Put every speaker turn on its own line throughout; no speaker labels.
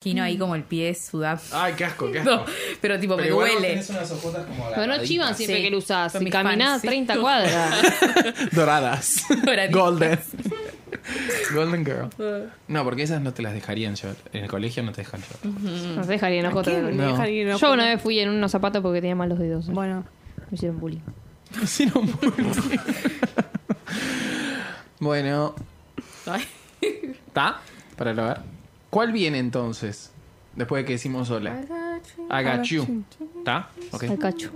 Quino ahí como el pie sudado.
Ay, qué asco, qué asco.
No, pero tipo,
Pero
me
igual vos
duele.
tenés unas ojotas como
Pero no
agarraditas.
chivan siempre
Sí.
que lo usás.
Son
Si
mis
caminás
fans, sí.
30 cuadras.
Doradas.
Doraditas. Ah.
Golden. Golden Girl. No, porque esas no te las dejarían llevar. En el colegio no te dejan llevar.
Nos dejarían ojos.
No.
Yo una vez fui en unos zapatos porque tenía malos dedos. Me
Bueno,
hicieron bullying.
Si no, muy- bueno,
Ay.
¿está? Para grabar. ¿Cuál viene entonces? Después de que decimos hola. I got you. ¿Está? Ok.
Al cacho.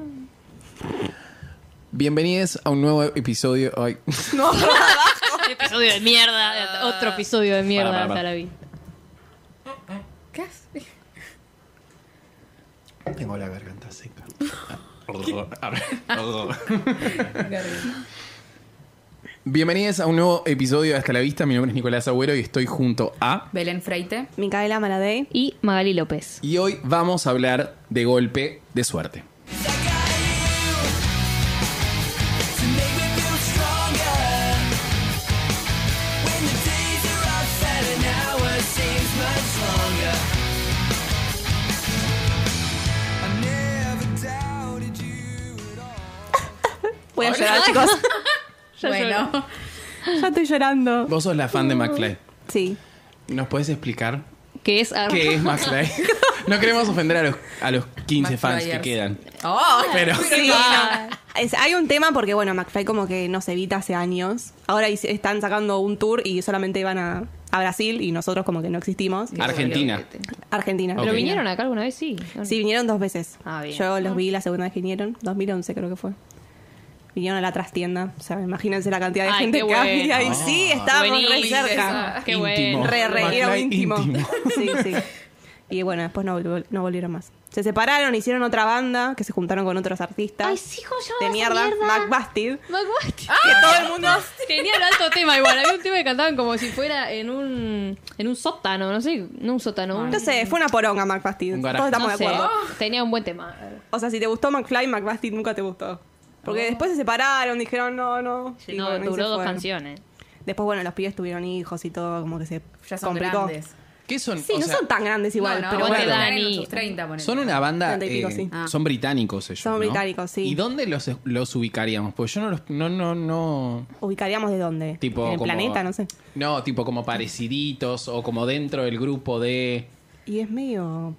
Bienvenidos a un nuevo episodio. Ay.
episodio de mierda. Otro episodio de mierda.
Para, para, para.
hasta la vi.
¿Qué haces?
Tengo la garganta seca. Bienvenidos a un nuevo episodio de Hasta la Vista. Mi nombre es Nicolás Agüero y estoy junto a.
Belén Freite.
Micaela Maladey.
Y Magali López.
Y hoy vamos a hablar de golpe de suerte.
Voy a llorar, chicos.
bueno,
ya estoy llorando.
Vos sos la fan de McFly.
Sí.
¿Nos podés explicar
Que es ar-
qué es McFly? No queremos ofender a los, a los 15 fans que
McFlyers.
quedan.
Oh,
Ah,
Pero.
Sí, no. Es- hay un tema porque, bueno, McFly como que nos evita hace años. Ahora hice- están sacando un tour y solamente van a, a Brasil y nosotros como que no existimos.
Argentina.
Argentina.
¿Pero
Ok.
vinieron acá alguna vez? Sí.
Sí, vinieron dos veces.
Ah, bien.
Yo los vi la segunda vez que vinieron, 2011 creo que fue. Vinieron a la trastienda. O sea, imagínense la cantidad de
Ay,
gente
qué
que había.
bueno.
Y sí, estábamos re
Buenísimo.
cerca.
Qué
Íntimo.
bueno.
Re, re, era un
Oh, McFly
íntimo.
íntimo.
Sí, sí. Y bueno, después no, vol- no volvieron más. Se separaron, hicieron otra banda que se juntaron con otros artistas.
Ay, sí, ¿cómo se
de
llamaba
mierda,
esa mierda? Ah.
McBastid.
McBusty.
Que todo el mundo.
Tenía un alto tema igual. Había un tema que cantaban como si fuera en un, en un sótano. No sé, no un sótano. un-
No sé, fue una poronga McBastid.
Un
Todos
garaje.
estamos
no
de
sé.
acuerdo.
Tenía un buen tema.
O sea, si te gustó McFly, McBastid nunca te gustó. Porque después se separaron, dijeron no, no. y
Oh. no,
bueno, y se
duró dos
fueron.
canciones.
Después, bueno, los pibes tuvieron hijos y todo, como que se
ya son
complicó.
grandes.
¿Qué son?
Sí,
O
no
sea,
son tan grandes igual,
no, no,
pero
ponele
bueno,
bueno.
Dani.
en sus 30, ponele.
Son una banda.
Treinta y pico,
eh,
sí. Ah.
Son británicos ellos.
Son
¿no?
británicos, sí.
¿Y dónde los, los ubicaríamos? Pues yo no los. No, no, no.
¿Ubicaríamos de dónde?
Tipo
en el
como-
planeta, no sé.
No, tipo como pareciditos o como dentro del grupo de.
Y es medio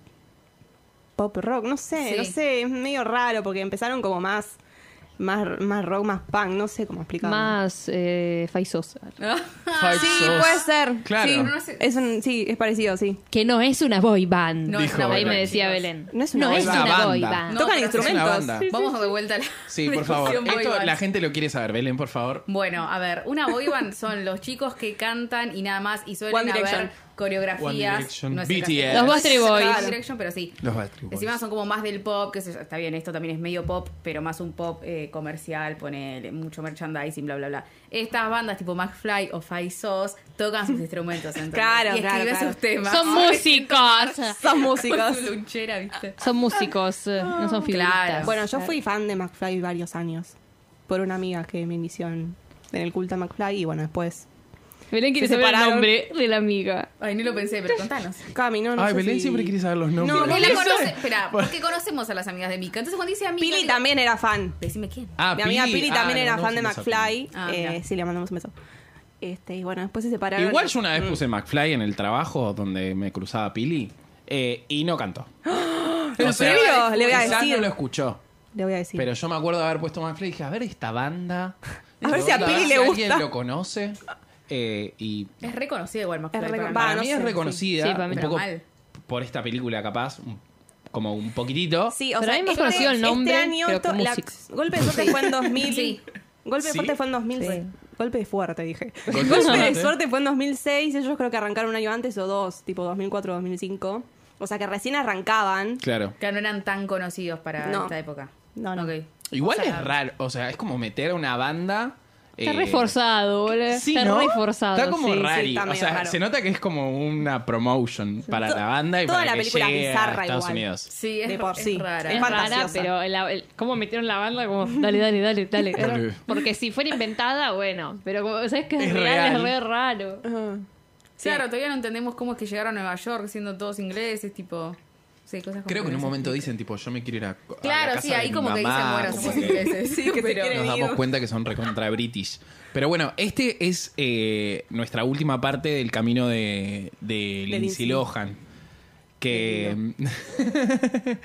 pop rock, no sé,
Sí.
no sé, es medio raro porque empezaron como más más, más rock, más punk, no sé cómo explicarlo.
Más eh, faizosa.
Five
Ah, Sí,
Sauce.
puede ser.
Claro.
Sí,
no sé.
es un- sí, es parecido, sí.
Que no es una boy band.
No es
una boy
Ahí
band,
me decía
chicos.
Belén.
No es una boy
band. Una
boy
banda.
band.
No,
Tocan
pero es una
instrumentos.
banda.
Vamos de vuelta a la.
Sí, por favor.
discusión boy
Esto
band.
la gente lo quiere saber. Belén, por favor.
Bueno, a ver, una boy band son los chicos que cantan y nada más y suelen
One
haber
Direction.
One
coreografías.
Direction,
es el caso.
BTS.
Los Backstreet Boys.
One Direction, pero sí.
Los Backstreet Boys.
Encima son como más del pop, que está bien, esto también es medio pop, pero más un pop eh, comercial, ponele mucho merchandising, bla, bla, bla. Estas bandas tipo McFly o Five Sauce tocan sus instrumentos, ¿entendés?
Claro,
y
claro,
escriben
claro.
sus temas.
Son músicos.
Son
Con
músicos.
su lunchera, ¿viste?
Son músicos, eh, no son figuristas.
Claro.
Bueno, yo fui fan de McFly varios años por una amiga que me inició en, en el culto a McFly y bueno, después
Belén quiere
Se
saber el
separaron.
nombre de la amiga.
Ah. Ay, no lo pensé, pero contanos.
caminó, no
Ay,
sé
Belén
si-
siempre quiere saber los nombres.
No,
Porque
Belén
la
sé.
conoce, espera, porque conocemos a las amigas de Mika. Entonces cuando dice amiga,
Pili
digo,
también era fan.
decime quién.
Ah,
Mi amiga Pili también
Ah,
era
no,
fan de
no sé esa
McFly.
Ah,
eh,
mirá.
sí, le mandamos un beso. Este, y bueno, después se
Pili.
separaron.
Igual yo una vez puse McFly en el trabajo donde me cruzaba Pili eh, y no cantó. ¿En
serio? Le voy a decir.
no lo escuchó.
Le voy a decir.
Pero yo me acuerdo de haber puesto McFly y dije, a ver esta banda.
A ver
¿Qué
si a
onda?
Pili le
¿Alguien
gusta.
lo conoce? Eh, y
Es reconocida igual McFly.
Es
para
recon-
mí.
va,
para
no
mí
sé,
es
sí.
reconocida
Sí, para mí
un
Pero
poco
mal.
por esta película capaz, un- como un poquitito.
sí, o
Pero a
sea,
mí me conoció el nombre,
este año,
pero
to-
con
la-
músicos.
Golpe de suerte fue en 2000.
Sí.
Golpe de
Sí.
suerte fue en 2006. Golpe de fuerte, dije.
Golpe de
Golpe de
suerte.
suerte fue en 2006. Ellos creo que arrancaron un año antes o dos, tipo 2004, 2005. O sea que recién arrancaban.
Claro.
Que no eran tan conocidos para
No.
esta época.
No, no.
Ok.
Igual
O sea,
es raro, o sea, es como meter a una banda.
Está
eh,
reforzado,
eh,
boludo.
Sí,
está
¿no?
reforzado.
Está como
sí.
rari.
está
o
medio
sea,
raro.
se nota que es como una promotion para
To-
la banda y
toda
para
la
que
película
llegue a
bizarra
Estados
igual.
Unidos.
Sí, es,
De por
es
sí.
rara.
Es rara,
fantasiosa.
pero la- el- cómo metieron la banda, como dale, dale, dale, dale.
Dale.
Porque si fuera inventada, bueno. Pero como sabes que es,
Es
real,
real.
es re raro.
Ajá.
Claro, todavía no entendemos cómo es que llegaron a Nueva York siendo todos ingleses, tipo. Sí, cosas como
Creo que en un
no se
momento
explican.
dicen, tipo, yo me quiero ir a. a la
Claro,
casa
sí,
de
ahí
mi
como que dicen,
mamá,
bueno,
como
somos
que-
ingleses.
Sí, que se
pero-
quieren
Nos
Digo.
damos cuenta que son recontra british. Pero bueno, este es eh, nuestra última parte del camino de, de
De
Lindsay
Lindsay.
Lohan. Que. em,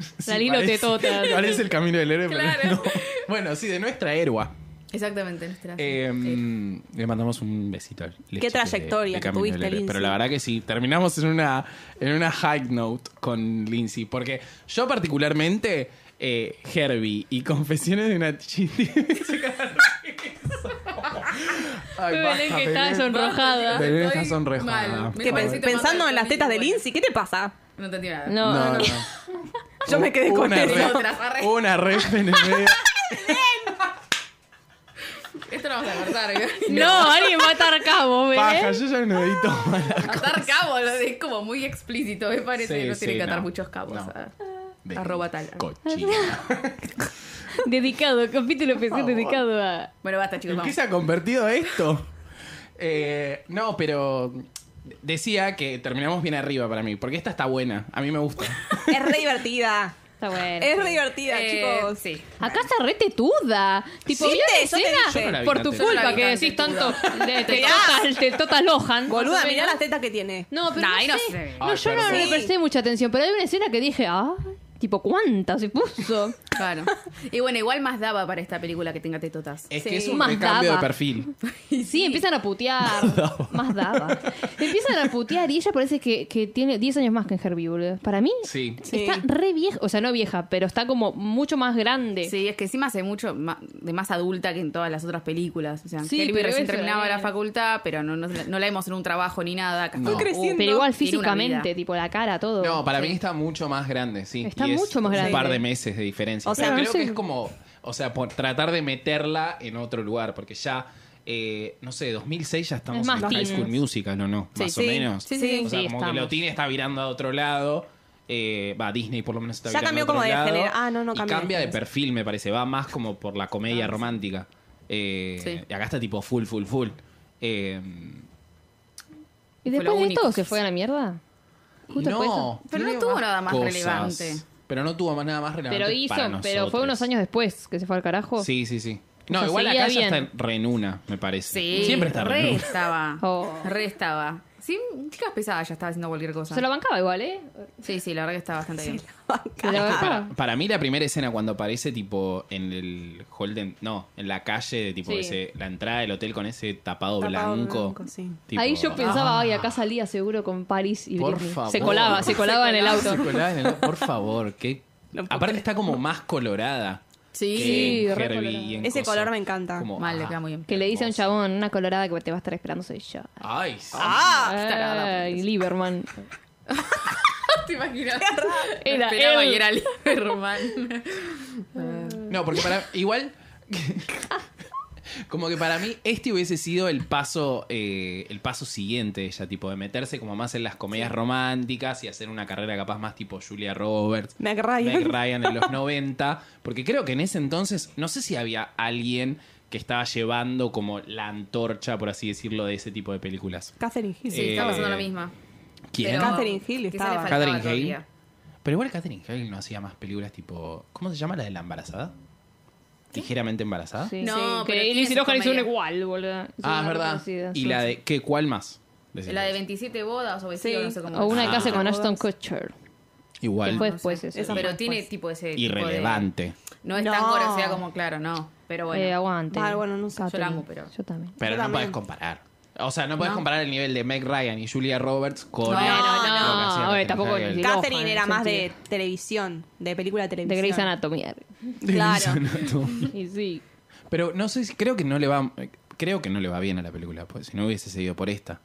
Sí,
Salí lo
parece-
tetota.
Parece el camino del héroe, pero
Claro.
no. Bueno, sí, de nuestra héroa.
Exactamente, este nuestra.
Eh,
Sí.
Le mandamos un besito. al Leche de-
trayectoria
de
que
Camino del
tuviste,
Héroe.
Lindsay.
Pero la verdad que sí, terminamos en una, en una high note con Lindsay. Porque yo particularmente, eh, Herbie y Confesiones de una chica. Ay,
Belén
basta,
que está
Belén.
sonrojada.
Belén
Estoy
está sonrojada.
mal.
Por
Que
favor.
pen-
Necesito
pensando
matar
en las tetas de
esta
Lindsay, ¿qué te pasa?
No entendí nada.
No, no.
Yo me quedé con
una
eso.
ref-
Otras, arre.
una ref en el medio.
Esto lo vamos a cortar, ¿eh? ¿no?
No, alguien va a atar cabo,
Paja,
¿ves?
yo ya no edito
Ah.
más las
Atar cabos, lo de- es como muy explícito, me parece.
Sí,
no tiene
sí,
que atar
no.
muchos cabos.
No.
ah.
de
Arroba tal.
Cochina.
Dedicado, capítulo especial dedicado a.
Bueno, basta, chicos,
¿En qué
vamos.
se ha convertido esto? Eh, no, pero decía que terminamos bien arriba para mí, porque esta está buena, a mí me gusta.
Es re divertida.
Está bueno.
Es re divertida,
Eh,
chicos.
Sí.
Acá está re tetuda. Tipo,
Sí,
¿vio la
te- yo te
escena?
dije.
Yo no la vi
Por
tan
tu
tetuda.
Yo no
culpa
la
que
vi
decís
tan
tanto. de- Te
Mirá.
totas- te totas Lohan.
Boluda,
más o
mirá
menos.
las tetas que tiene.
No, pero
Nah,
no,
ahí no
sé.
se ve.
No,
Ay,
yo no
Ah, perdón.
le
Sí.
presté mucha atención, pero hay una escena que dije, ah, tipo, ¿cuánta se puso?
Claro. Y bueno, igual más daba para esta película que tenga tetotas.
Es
Sí.
que es un
Más
cambio de
daba.
perfil.
Sí, empiezan a putear. Más daba. empiezan a putear y ella parece que, que tiene 10 años más que en Herbie, boludo. Para mí,
Sí.
Sí.
está re vieja. O sea, no vieja, pero está como mucho más grande.
Sí, es que encima hace mucho ma- de más adulta que en todas las otras películas. O sea,
Sí,
Kelly
pero
recién
eso eh.
terminaba
era.
la facultad, pero no, no, no la vemos en un trabajo ni nada. Acá
No.
está. uh,
Fue creciendo.
Pero igual
Tiene una
físicamente,
vida.
tipo la cara, todo.
No, para mí está mucho más grande, sí.
Está
Y es
mucho más grande.
Un par de meses de diferencia.
O sea,
Pero
no
creo
sé.
que es como, o sea, por tratar de meterla en otro lugar, porque ya, eh, no sé, 2006 ya estamos
Es más
en High
teen.
School Musical, ¿o no?
Sí,
más
sí.
o menos.
Sí, sí.
O sea,
Sí,
como que
estamos.
lo tiene está virando a otro lado. Eh, va, Disney por lo menos está
Ya
virando
cambió
a otro
como de
lado,
género. Ah, no, no,
y
cambió de
cambia de
género.
perfil, me parece. Va más como por la comedia romántica. Eh,
Sí.
Y acá está tipo full, full, full. Eh,
Fue
¿Y después
lo
de esto
único.
se fue a la mierda? Justo después de eso.
no,
Pero no
tiene
tuvo nada más
cosas,
relevante.
Pero no tuvo más- nada más relevante.
Pero hizo,
para
pero fue
nosotros.
unos años después que se fue al carajo.
Sí, sí, sí.
O
No,
sea,
igual
seguía
acá ya
bien.
está en Renuna, me parece.
Sí,
Siempre está
re
Renuna.
estaba.
Oh.
Re estaba. Sí, chicas pesadas ya estaba haciendo cualquier cosa.
Se lo bancaba igual, ¿eh?
Sí, sí, la verdad que está bastante bien.
Se lo bancaba.
Para mí la primera escena cuando aparece tipo en el Holden, no, en la calle de tipo
Sí.
ese- la entrada del hotel con ese tapado,
Tapado
blanco.
blanco, sí.
tipo, ah,
Ahí yo pensaba, ay, acá salía seguro con Paris y
Por
Britney.
favor.
Se colaba, se colaba en el auto.
Se colaba ah, en el- Por favor, que aparte está como más colorada.
Sí.
que
Sí,
en
re
Herbie y
colorada.
en
Ese
Cosa.
color me encanta.
Mal, le
ah,
queda muy bien.
Que le dice a un
hermoso.
chabón, una colorada que te va a estar esperando soy yo.
Ay, sí.
Ah, y Lieberman.
¿Te imaginas?
Era
Esperaba
él.
y era Lieberman.
No, porque para. Igual. Como que para mí este hubiese sido el paso eh, el paso siguiente de ella, tipo de meterse como más en las comedias románticas y hacer una carrera capaz más tipo Julia Roberts,
Meg Ryan.
Meg Ryan en los 90, porque creo que en ese entonces no sé si había alguien que estaba llevando como la antorcha, por así decirlo, de ese tipo de películas.
Catherine Hill.
Sí,
Eh,
está pasando la misma.
¿Quién?
Pero
Catherine Hill
quizá
estaba.
le faltaba
Catherine
todavía.
Hale. Pero igual Catherine Hale no hacía más películas tipo. ¿Cómo se llama la de la embarazada? ¿Ligeramente embarazada?
Sí,
No,
sí,
pero
que
tiene
Lindsay
su
Lohan hicieron
comedia.
igual, boludo.
Ah, es verdad. ¿Y la de qué? ¿Cuál más? Decime.
La de 27 bodas o vestido,
Sí.
no sé cómo.
O una que
Ah.
hace con
Bodas.
Ashton Kutcher.
Igual.
Que
este,
fue después
sé.
eso.
Pero
Esa
tiene
fue
tipo ese. tipo de-
Irrelevante.
No es
No.
tan conocida como, claro, no. Pero bueno.
Eh, aguante.
Ah, bueno, no sé. Yo la
Catherine.
amo, pero-
Yo también.
Pero
Yo
no puedes
también.
comparar. O sea, no puedes
No.
comparar el nivel de Meg Ryan y Julia Roberts con.
No,
el-
no,
lo que
no,
hacía
oye,
Catherine
tampoco
Hale.
ni- Eh, Lohan,
Catherine era
en
más de
sentido.
televisión, de película de
De
televisión.
Grey's Anatomy.
Claro.
Y sí.
Pero no sé si. Creo que no le va. Creo que no le va bien a la película. Pues, si no hubiese seguido por esta.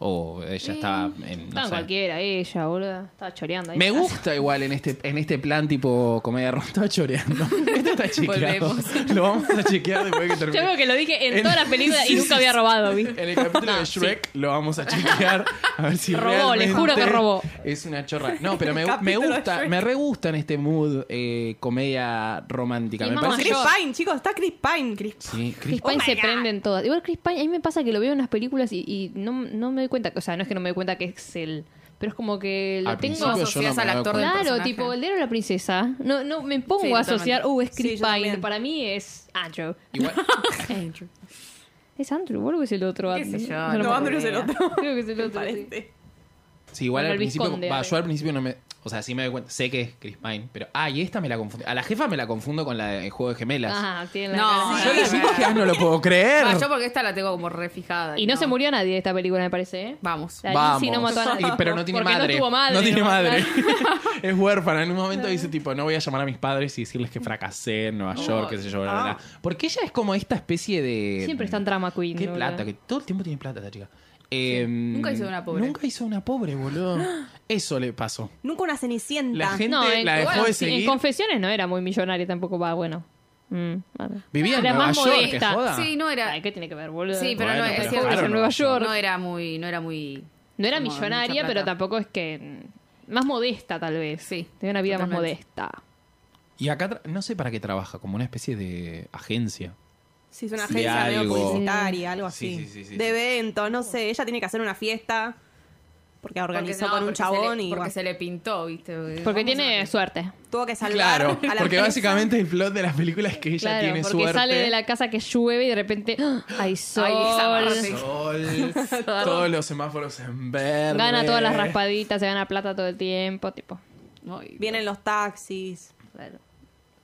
O ella estaba en. No
Estaba
sé.
cualquiera, ella, boludo. Estaba choreando ahí.
Me gusta igual en este, en este plan tipo comedia rom. Estaba choreando. Esto está chequeado. Lo vamos a chequear después que
Yo
termine.
creo que lo dije en
En-
todas las películas
Sí,
y nunca
sí,
había
sí.
robado, vi.
En el capítulo
No,
de Shrek lo vamos a chequear. A ver si
Robó, le juro que
realmente
robó.
Es una chorra. No, pero me,
El
me
capítulo de
gusta,
Shrek.
me re gusta en este mood eh, comedia romántica.
Y
me
Mamá
parece
Chris
Yo-
Pine, chicos, está Chris Pine. Chris
Sí, Chris
Chris Pine se prende en todas. Igual Chris Pine, a mí me pasa que lo veo en las películas y, y no, no me doy cuenta. O sea, no es que no me doy cuenta que es él. Pero es como que lo
Al
tengo.
principio yo no
asocias
me
al
doy
actor del
cuenta.
Claro,
personaje.
tipo el de la princesa. No, no me pongo
Sí,
a asociar,
totalmente.
uh, es
Sí,
Chris
yo
Pine.
también.
Para mí es Andrew.
Igual-
Andrew. ¿Es Andrew? ¿Boludo es el otro?
¿Qué
Andrew?
sé yo?
No,
No,
me acuerdo
Andrew es el
idea.
otro.
Creo que es el otro. sí.
Parece.
Sí, igual
Bueno,
al
el
principio.
Vizconde,
va,
algo.
yo al principio no me. O sea, sí me doy cuenta. Sé que es Chris Pine, pero. Ah, y esta me la confundo. A la jefa me la confundo con la de Juego de Gemelas.
Ah, tiene la
No,
cara.
yo
sí.
le digo que ah, no lo puedo creer.
Ah, yo porque esta la tengo como refijada.
Y no, se murió nadie de esta película, me parece. ¿eh?
Vamos.
La
Vamos.
Lizzie no mató a nadie.
Y- pero no tiene
Porque
madre.
No tuvo madre.
tiene
¿no?
madre. es huérfana. En un momento dice tipo, no voy a llamar a mis padres y decirles que fracasé en Nueva York, qué sé yo, bla, bla, bla. Porque ella es como esta especie de...
Ah.
mm,
Siempre está en drama queen,
Eh, Qué
boludo.
plata, que todo el tiempo tiene plata esta chica. Eh,
Nunca hizo una pobre.
Nunca hizo una pobre, boludo. Eso le pasó.
Nunca una cenicienta.
La gente
No, en,
la dejó
bueno,
de
sí, en
seguir.
confesiones no era muy millonaria tampoco, va, bueno. Mm, vale.
Vivía en
Era
Nueva
más
York, que
modesta.
joda.
Sí, no era.
Ay, ¿qué tiene que ver, boludo?
Sí, pero
Bueno,
no era.
pero
es cierto.
claro,
en Nueva York.
No era muy. No era muy.
No era
como
millonaria,
mucha
pero
plata.
tampoco es que. mm, Más modesta, tal vez.
Sí,
Tenía una vida más
totalmente.
modesta.
Y acá, tra- no sé para qué trabaja, como una especie de agencia.
Sí, es una
De
agencia medio
algo.
publicitaria, algo así.
Sí, sí, sí, sí,
de
sí.
eventos, no sé. Ella tiene que hacer una fiesta porque organizó
Porque- no,
con un
porque se
chabón
le-
y
Porque
bueno,
se le pintó, ¿viste?
Porque
Vamos
tiene
a-
suerte.
tuvo que salvar
Claro,
a la
porque
empresa.
básicamente el plot de las películas es que ella
claro,
tiene
porque
suerte.
sale de la casa que llueve y de repente. ¡ah! ¡Hay sol!
amarre.
sol, todos los semáforos en verde.
gana todas las raspaditas, se gana plata todo el tiempo, tipo.
Ay,
Vienen los taxis.
Claro.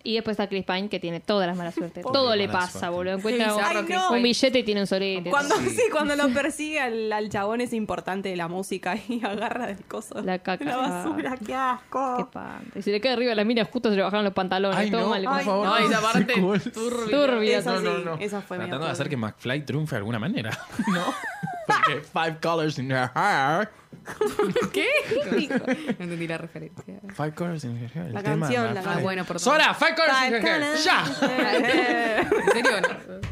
Y después está Chris Pine que tiene todas las malas suertes.
Pobre
Todo le
mala
pasa,
suerte.
boludo. Encuentra
Qué
un,
bizarro,
Ay,
un
no.
billete y tiene un sorete.
Cuando,
Sí.
sí. cuando lo persigue al, al chabón es importante de la música y agarra del coso.
La caca. Ah.
La basura, qué asco.
Qué espanto. Y se le cae arriba de la mina, justo se le bajaron los pantalones.
Ay,
todo
no,
mal.
por
Ay,
favor.
no,
no
esa
se
parte
cuelgue.
turbia.
Turbia.
Esa
No, no,
sí,
no.
esa fue medio
Tratando de hacer
turbia.
que McFly triunfe de alguna manera, ¿no? Porque Five Colors in Her Hair.
¿Qué? No entendí la referencia.
Five Colors in Her Hair. el
La
tema de
canción, la
McFly.
canción.
Bueno, perdón.
Sora, Five Colors in Her Hair. ¡Ya!
Ya.
¿En serio? No.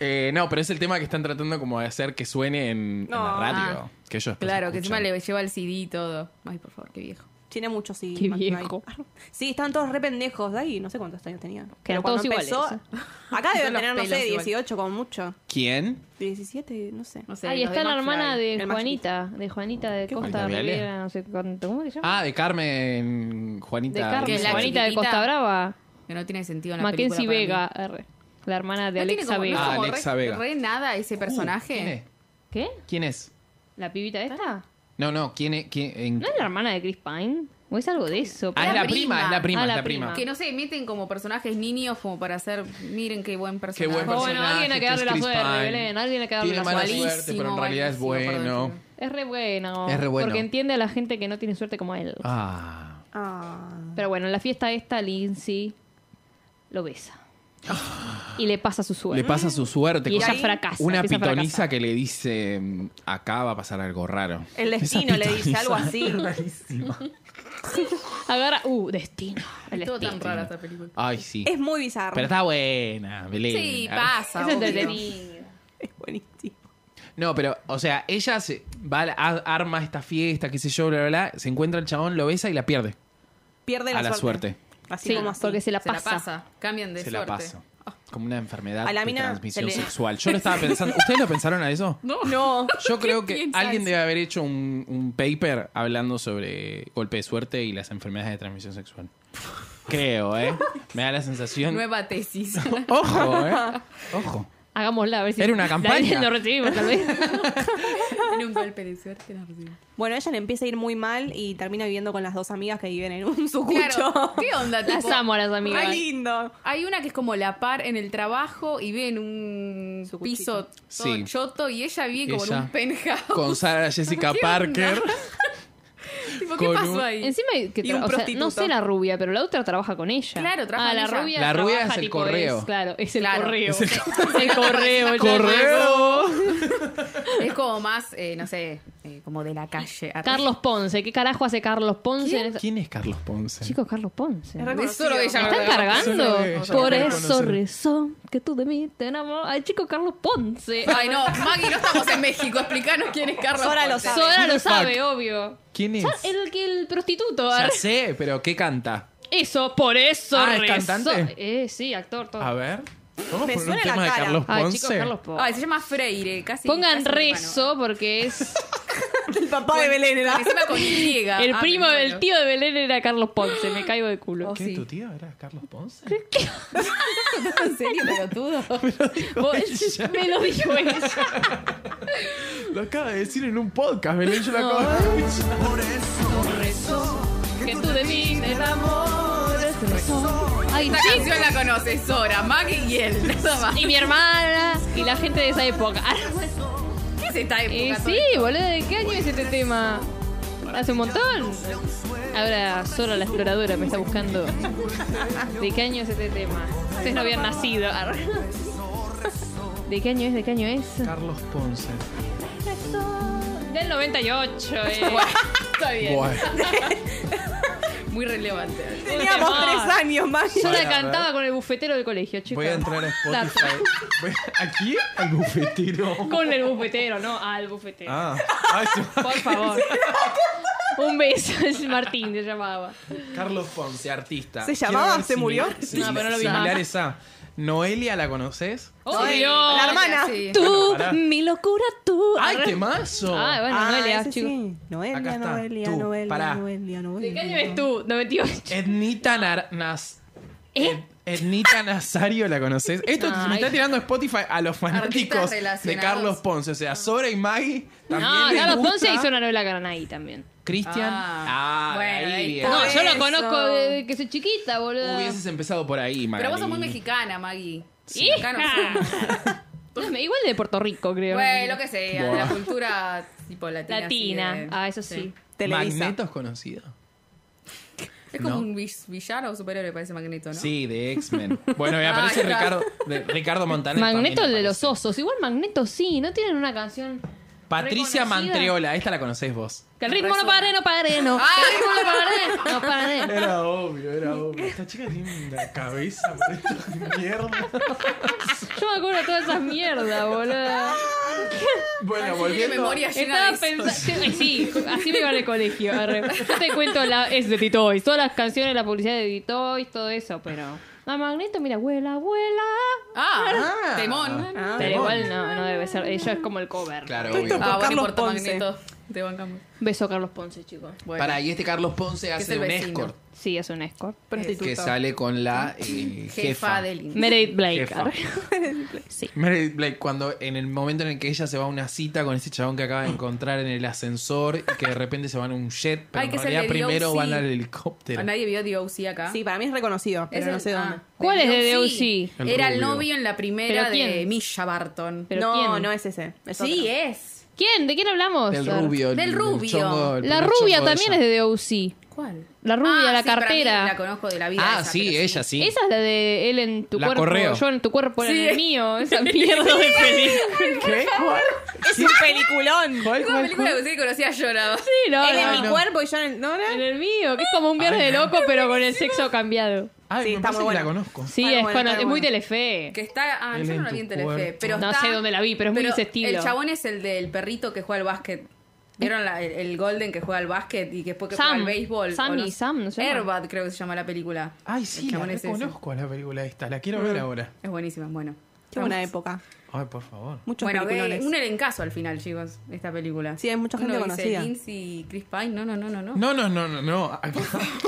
Eh, no, pero es el tema que están tratando como de hacer que suene en, en
No.
la radio.
Ah.
que ellos después
Claro, que encima
escuchan.
le lleva el CD y todo. Ay, por favor, qué viejo.
Tiene muchos sí.
Qué
McFly.
viejo.
Sí, estaban todos re pendejos de ahí. No sé cuántos años tenían. Pero
todos
cuando
iguales.
acá
Son
deben
los
tener, no sé,
pelos igual.
18 como mucho.
¿Quién?
17, no sé.
No sé,
Ahí
los
está
de
la
McFly.
hermana de
el más
Juanita, de Juanita de Costa
Juanita Viale.
Rivera, no sé cuánto, ¿cómo se llama?
Ah, de Carmen Juanita. Uh,
de Carmen,
que es la
Juanita de
chiquitita.
Costa Brava,
Que no tiene sentido en la
Mackenzie Vega,
película.
R, la hermana de
para mí. No tiene como-
Alexa
no
Vega.
es como
Ah, Alexa
re,
Vega. Uh,
re nada ese personaje.
¿Quién es?
¿Qué?
¿Quién es?
¿La pibita esta?
No, no, ¿quién es? ¿Quién, en-
¿No es la hermana de Chris Pine? ¿O es algo de eso?
Ah, es la
prima.
prima, es la prima,
Ah,
es
la
la prima.
prima.
Que no se meten como personajes niños como para hacer, miren qué buen personaje. Oh,
Qué buen
Pero
personaje.
bueno, alguien a
que
quedarle
es
la
Chris
suerte,
Pine.
Belén, alguien a quedarle
Tiene
la
mala
suerte.
suerte, pero en realidad es
Malísimo,
bueno.
malísimo,
Es re bueno.
Es re bueno.
Porque entiende a la gente que no tiene suerte como él.
Ah.
Ah.
Pero bueno, en la fiesta esta, Lindsay lo besa. Y le pasa su suerte.
Le pasa su suerte.
y
cosa-
ella fracasa.
una
empieza a
pitoniza
fracasar.
que le dice, mm, acá va a pasar algo raro.
El
Esa
destino le dice
pitoniza
algo así.
rarísima.
Agarra. Uh, destino. El
Estuvo
destino.
tan rara esta película.
Ay, sí.
Es muy bizarro.
Pero está buena, Belén.
Sí,
Ah.
pasa.
Es
obvio.
entretenido.
Es buenísimo.
No, pero, o sea, ella se va a la- a- arma esta fiesta, qué sé yo, bla, bla, bla. Se encuentra el chabón, lo besa y la pierde.
Pierde la,
A la
Así
Sí,
como así.
porque se la
Se la
pasa.
pasa. Cambian de
se la
suerte.
pasa. Como una enfermedad
A la
de
mina
transmisión
se le-
sexual. Yo lo estaba pensando. ¿Ustedes lo pensaron a eso?
No. No.
Yo creo que
piensa
alguien
eso?
debe haber hecho un, un paper hablando sobre golpe de suerte y las enfermedades de transmisión sexual. Creo, ¿eh? Me da la sensación.
Nueva tesis.
Ojo, ¿eh? Ojo.
Hagámosla, a ver si.
Era una
la-
campaña.
Lo recibimos, tal vez.
en un golpe de suerte la recibí.
Bueno, ella le empieza a ir muy mal y termina viviendo con las dos amigas que viven en un sucucho.
Claro. ¿Qué onda?
Las
tipo?
amo a las amigas.
Re lindo.
Hay una que es como la par en el trabajo y vive en un
Su
piso
cuchito.
todo
Sí.
choto y ella vive como en
Ella.
un penthouse.
Con Sara Jessica
¿Qué
Parker.
onda? Tipo, ¿qué
con
pasó
un-
ahí?
Encima, que
Y
tra-
un
o sea,
prostituto.
no sé la rubia, pero la otra trabaja con ella.
Claro, trabaja
ah,
con
la
ella.
rubia.
La rubia
trabaja,
es el
tipo,
correo.
es- claro, es el
Claro.
correo.
Es el
Es el correo. ya
¡Correo!
Es como más, eh, no sé, eh, como de la calle. Arre.
Carlos Ponce, ¿qué carajo hace Carlos Ponce? en esa-
¿Quién es Carlos Ponce?
Chicos, Carlos Ponce.
Es re-
De solo de
¿Me
ella,
están cargando?
Eso no-
Por
eso no
eso
reconocer.
rezó que tú de mí te enamoras. Ay, chico, Carlos Ponce.
Ay, no, Maggie, no estamos en México. Explícanos quién es Carlos
Sora lo
Ponce.
sabe.
Sora
Who
lo
the
sabe, obvio.
¿Quién es?
Ya, El que el prostituto.
Ya
ar-
sé, pero ¿qué canta?
Eso, por eso
Ah, ¿es
rezó.
cantante?
Eh, sí, actor, todo.
A ver. Vamos
Me
a poner un
suena la
tema de
cara.
Carlos
Ay,
Ponce.
chicos, Carlos Ponce.
Ay, se llama Freire, casi.
Pongan
casi mi hermano.
rezo porque es
El papá de Belén era.
Encima con Y.
el
Ah,
primo,
me
el
muero.
tío de Belén era Carlos Ponce. Me caigo de culo.
Oh,
¿Qué?
sí.
¿Tu tío era Carlos Ponce?
¿En serio, pelotudo?
Vos- me lo dijo ella.
Lo acaba de decir en un podcast, Belén. Yo lo acabo de escuchar.
que tú de mí te enamoras. Rezó. Ay,
Esta
chicos.
canción la conoce Sora, Maggie y él. Nada más.
Y mi hermana y la gente de esa época.
¿Qué es esta época?
Y
Sora?
Eh, sí, boludo, ¿de qué año es este tema? Hace un montón. Ahora Sora la exploradora me está buscando. ¿De qué año es este tema? Ustedes no habían nacido. Arre. ¿De qué año es? ¿De qué año es?
Carlos Ponce.
Del 98, eh.
Está bien.
Bueno.
Muy relevante.
Teníamos
Un temor.
tres años, Maggie.
Yo la
Bueno, a
cantaba con el bufetero del colegio, chicos.
Voy a entrar a Spotify. Voy- ¿Aquí? Al bufetero.
Con el bufetero, no al bufetero.
Ah. Ay, se-
Por favor. Un beso, es Martín se llamaba.
Carlos Ponce, artista.
¿Se
Quiero
llamaba?
ver
¿Se
simila-
murió?
simila-
este No, pero no lo vi más.
Similares a. ¿Noelia la conoces?
Oh,
Sí,
Dios.
la hermana.
Sí.
Tú,
Bueno, pará.
mi locura, tú.
¡Ay,
Arre.
temazo!
Ah, bueno,
Ah,
Noelia,
ese
chicos.
sí.
Acá
Noelia,
está.
Noelia,
Tú,
Noelia,
pará.
Noelia, Noelia.
¿De qué año es tú?
Eh,
98.
Ednita Nar- Nas.
¿Eh?
Ed- Ednita Nazario la conoces. Esto me
Ay.
está tirando Spotify a los fanáticos de
relacionados.
Carlos Ponce. O sea, Sora y Maggie también.
Ah. No,
les
Carlos
gusta.
Ponce hizo una novela gran ahí también.
Cristian.
Ah.
Ah,
Bueno,
ahí
ahí
bien.
está.
No, yo lo
eso.
conozco desde que soy chiquita, boludo.
Hubieses empezado por ahí, Maggie.
Pero vos sos muy mexicana, Maggie.
¡Hija!
Acá no sé.
No, igual de Puerto Rico, creo.
Bueno, lo que sea,
Buah.
la cultura tipo latina.
Latina.
así de-
Ah, eso sí.
Televisa.
¿Magneto es conocido?
Es como
¿No?
un vi- villano o superhéroe, parece Magneto, ¿no?
Sí, de X-Men. Bueno, me
Ah,
aparece
claro.
Ricardo, de- Ricardo Montaner.
Magneto
también
el de los
aparece.
osos. Igual Magneto sí, ¿no tienen una canción?
Patricia
reconocida?
Mantreola, esta la conocés vos.
Que el ritmo no pare, no pare, no.
Ay,
el ritmo no pare, no pare.
Era obvio, era obvio. Esta chica tiene una cabeza por esta mierda.
Yo me acuerdo de todas esas mierdas, boludo.
Bueno,
Tiene
volviendo.
memoria llena
Estaba
de eso.
pensando. Sí, así me iba al colegio. arre. Yo te cuento, la, es de Titoys. Todas las canciones, la publicidad de Titoys, todo eso, pero. A Magneto, mira, abuela, abuela.
Ah,
Ah.
Temón.
Ah,
Pero igual no, no debe ser. Ella es como el cover.
Claro,
Esto
obvio.
por
Ah, bueno,
Carlos
por tu
Ponce.
Magneto. Te bancamos.
Beso a Carlos Ponce, chicos.
Bueno.
Para, y este Carlos Ponce
es el
hace un
vecino.
escort
Sí, es un escort.
Prostituta.
que sale con la eh,
Jefa, del in-
Meredith Blake.
Jefa.
arre. Sí.
Meredith Blake, cuando en el momento en el que ella se va a una cita con ese chabón que acaba de encontrar en el ascensor y que de repente se van a un jet, pero
Ay, que
en
es el
realidad
de
primero
DOC.
van al helicóptero.
¿A nadie vio DOC acá?
Sí, para mí es reconocido, pero no
el-
sé dónde.
ah,
¿Cuál es de
DOC? El
Era el
rubio.
novio en la primera
¿Pero
de
quién?
Misha Barton.
Pero
no,
¿quién?
no es ese. Es
sí,
otro.
es.
¿Quién? ¿De quién hablamos?
Del rubio. el-
Del
el
rubio.
chongo, el
La
primer
rubia
chongo de
también
ella.
es de DOC.
¿Cuál?
La rubia,
Ah,
la
sí, para mí
cartera.
La conozco de la vida.
Ah,
esa,
sí,
pero
ella sí.
Esa es la de él en tu
La
cuerpo,
correo.
yo en tu cuerpo,
Sí.
en el mío. Esa mierda de película.
¿Qué? ¿Cuál?
Es un peliculón.
¿Cuál?
Es una película que usted conocía lloraba.
Sí, no,
Él en
no,
mi
no.
cuerpo y yo en el. No, no.
En el mío, que es como un viernes de loco, pero con el sexo cambiado.
Ay,
Sí,
me
está
parece
muy
que la
bueno.
conozco.
Sí,
Está
es,
bueno,
cuando-
está
es muy
bueno.
telefe.
Que está. Ah,
Él
yo no
en
la vi
tu
en Telefe.
cuerpo.
Pero
No
está-
sé dónde la vi, pero es muy ese estilo.
El chabón es el del perrito que juega al básquet. ¿Vieron la- el, el Golden que juega al básquet y que después que
Sam.
juega al béisbol?
Sam
o
y Sam, ¿no se llama?
Airbud creo que se llama la película.
Ay, sí,
El
la
chabón es ese.
conozco a la película esta. La quiero ver ahora.
Es buenísima, es bueno.
Qué buena época.
Ay, por favor.
Muchos
Bueno, ve,
peliculones.
un elencazo al final, chicos, esta película.
Sí, hay mucha gente
Uno dice
conocida.
Lindsay y Chris Pine, no, no, no, no, no.
No, no, no, no, no.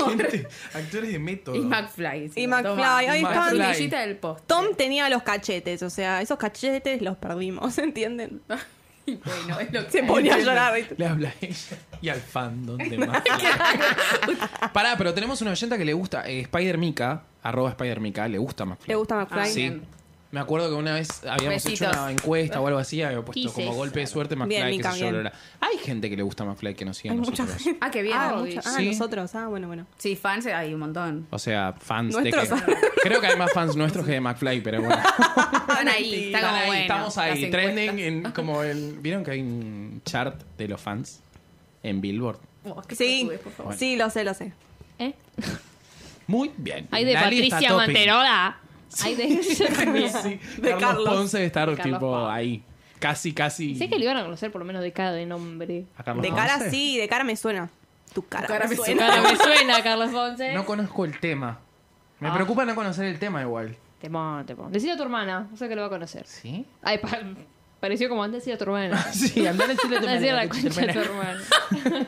Gente- actores de método.
Y McFly. sí,
Y
la
McFly,
toma.
ahí
La
estaban-
frutillita del post.
Tom tenía los cachetes, o sea, esos cachetes los perdimos, ¿entienden?
Y bueno, es lo que
Se ponía a llorar. ¿viste?
Le habla ella y al fandom de más. Pará, pero tenemos una oyenta que le gusta, eh, Spider Mika, arroba Spider Mika, le gusta más.
¿Le gusta McFly?
Sí.
bien.
Me acuerdo que una vez habíamos
Besitos.
hecho una encuesta o algo así, habíamos puesto
Quises.
como golpe de suerte McFly,
Bien,
qué
Mica,
sé yo,
bien.
bla, bla. Hay gente que le gusta McFly que no sigue a
Hay mucha
nosotros.
gente.
Ah, qué bien.
Ah,
Rodri.
mucha- ah,
Sí.
nosotros. Ah, bueno, bueno.
Sí, fans hay un montón.
O sea, fans de
Nuestros.
que... Creo que hay más fans nuestros que de McFly, pero bueno.
Están ahí, está
Están
como
ahí,
bueno,
estamos
las
ahí,
encuestas.
trending, en, como en- ¿Vieron que hay un chart de los fans en Billboard?
Oh, qué
Sí,
pelotudes, por favor.
sí, lo sé, lo sé.
¿Eh?
Muy bien.
Hay de
La lista
Patricia
topping.
Manterola. Hay de.
Sí,
De
Carlos,
Carlos.
Ponce de estar
De Carlos
tipo
Ponce.
ahí. Casi, casi.
sé que lo iban a conocer por lo menos de cada de nombre.
a Carlos
De cara
Ponce.
sí, de cara me suena. Tu cara,
cara me
me
Tu
suena.
cara me suena, Carlos Ponce.
No conozco el tema. Me
Ah.
preocupa no conocer el tema igual.
Temón, temón. Decile a tu hermana, o sea que lo va a conocer.
¿Sí?
Ay, pa- pareció como antes de a tu hermana.
Sí, andá a decirle a tu
Decirle a la
hermana que tu
concha de tu
hermana-
hermana.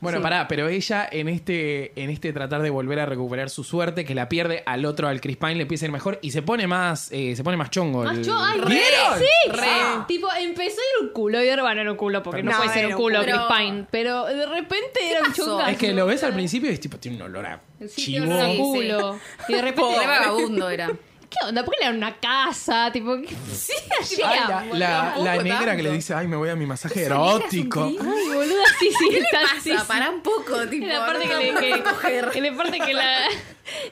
Bueno, pará, pero ella en este, en este tratar de volver a recuperar su suerte, que la pierde al otro, al Chris Pine, le empieza a ir mejor y se pone más, eh, se pone más chongo.
Más
el-
Ah, yo, ay, re,
¿Vieron?
sí. Ah. Tipo, empezó a ir un culo y ahora, bueno, era un culo, porque no,
No,
puede ser
era
un
un
culo,
culo.
Chris Pine. Pero de repente era un
pasó?
chunga.
Es que lo ves al principio y es tipo, tiene un olor a
Sí, tiene
chivo.
olor a
Sí, sí.
culo. Y de repente.
Re vagabundo era.
¿Qué onda? ¿Por qué le dan una casa? Tipo, ¿qué sí,
Ay, Uh, la, la- la
Tampoco
negra que
tanto.
le dice, ay, me voy a mi masaje
Esa negra es un
erótico.
cringe.
Ay, boluda, sí, sí, está sí, sí.
Pasa, pará un poco, tipo.
Y la parte
no,
que le
no,
que,
no, coger.
y la parte que la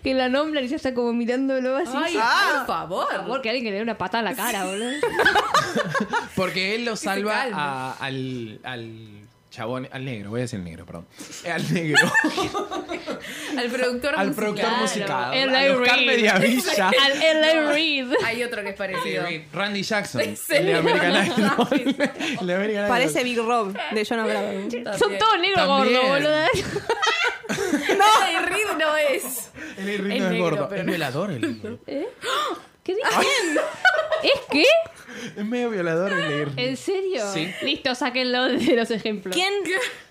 que la nombran y ya está como mirándolo así.
Ay, ah. por
por
favor.
favor, que alguien que le dé una patada en la cara, boludo.
Porque él lo salva
calme.
a- al, al chabón, al negro, voy a decir negro, perdón. Eh, Al negro,
Al productor
al
musical.
productor musical.
El
a los
Larry
Carmen
Reed.
y a Villa.
Al L.A. Reid.
Hay otro que es parecido.
Randy Jackson, el de
Excelente.
American Idol. El de American Idol.
Parece Big Rob de John O'Brien.
Son todos negros
También.
gordos, boludo.
No, el Reed no es.
El Irving
Es
no es
negro,
gordo.
pero
Es
no-
violador el negro.
¿Qué
Ah.
dicen? ¿Es qué?
Es medio violador el negro.
¿En serio?
Sí.
Listo, sáquenlo de los ejemplos.
¿Quién?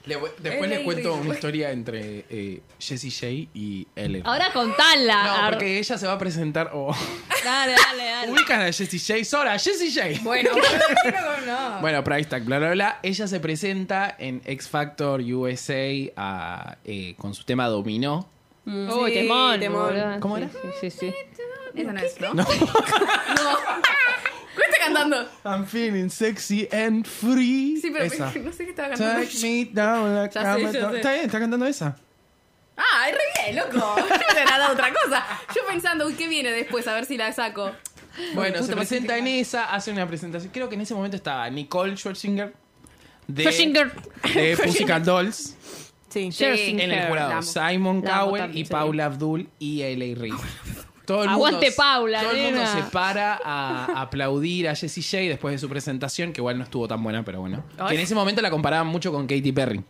Le voy- después
El
les
Larry
cuento
Reed.
una historia entre eh, Jessie J y Ellen.
Ahora contala.
no,
Ar-
porque ella se va a presentar. o
Dale, dale, dale.
Ubican a Jessie J. Sora, Jessie J.
Bueno,
Bueno, Price Tag, bla, bla, bla. Ella se presenta en X Factor USA a, eh, con su tema Dominó.
Mm. Uy,
Sí,
temón.
temón.
boluda.
¿Cómo
Sí,
era?
Sí, sí, sí.
Esa no es, ¿no? No. ¿Cómo está cantando?
I'm feeling sexy and free.
Sí, pero
esa.
no sé qué estaba cantando.
Take me down like
Ya
I'm
sé,
a
ya
dog.
sé.
Está bien, está cantando esa.
Ah, es re bien, loco. No me dado otra cosa. Yo pensando, uy, ¿qué viene después? A ver si la saco.
Bueno, se presenta en esa, hace una presentación. Creo que en ese momento estaba Nicole Scherzinger de,
Scherzinger.
de Pussycat Dolls
Sí.
Jersey.
en el jurado. Simon
La amo
Cowell
también,
y
sí.
Paula Abdul y L.A. Reid. Todo el
Aguante,
mundo,
Paula,
Todo el mundo
nena.
se para a aplaudir a Jessie J después de su presentación, que igual no estuvo tan buena, pero bueno. Que en ese momento la comparaban mucho con Katy Perry.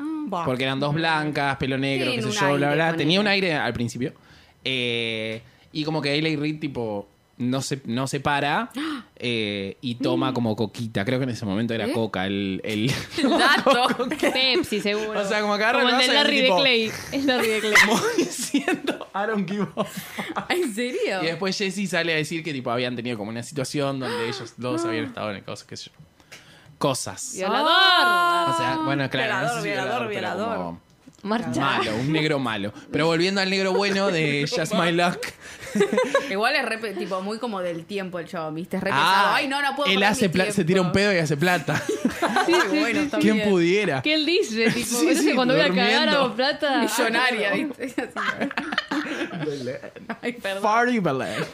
Ah,
Buah.
Porque eran dos blancas, pelo negro, qué
Tienen
sé
un
yo, bla,
aire,
bla.
ponele.
Tenía un aire al principio. Eh, y como que Ailey Reid, tipo, no se, no se para eh, y
Mm.
toma como coquita. Creo que en ese momento
¿Eh?
era coca el... el-
Dato.
Pepsi, seguro.
O sea, como que agarra
Como
el
el
vaso y
de Larry
hace
de
tipo-
Clay. Es Larry de Clay.
como diciendo, I don't give a fuck".
¿En serio?
Y después Jessie sale a decir que, tipo, habían tenido como una situación donde ellos dos
Ah.
habían estado en el coso, qué sé yo. Cosas.
Violador.
O sea,
ah,
bueno, claro. no sé si
Violador,
pero
violador,
como
Marcha.
Malo, un negro malo. Pero volviendo al negro bueno de Just My Luck.
Igual es re, pe- tipo muy como del tiempo el show, ¿viste? Es re
Ah,
pesado. Ay, no, no puedo
Él
poner
hace
mi
pla- se tira un
tiempo.
pedo y hace plata.
Sí, sí,
bueno,
sí,
está
sí.
¿Quién
bien.
pudiera?
¿Qué él dice? Tipo,
Sí,
entonces
sí,
cuando voy a
durmiendo.
cagar hago plata.
Millonaria, ¿viste? Ay, perdón.
Party ballet.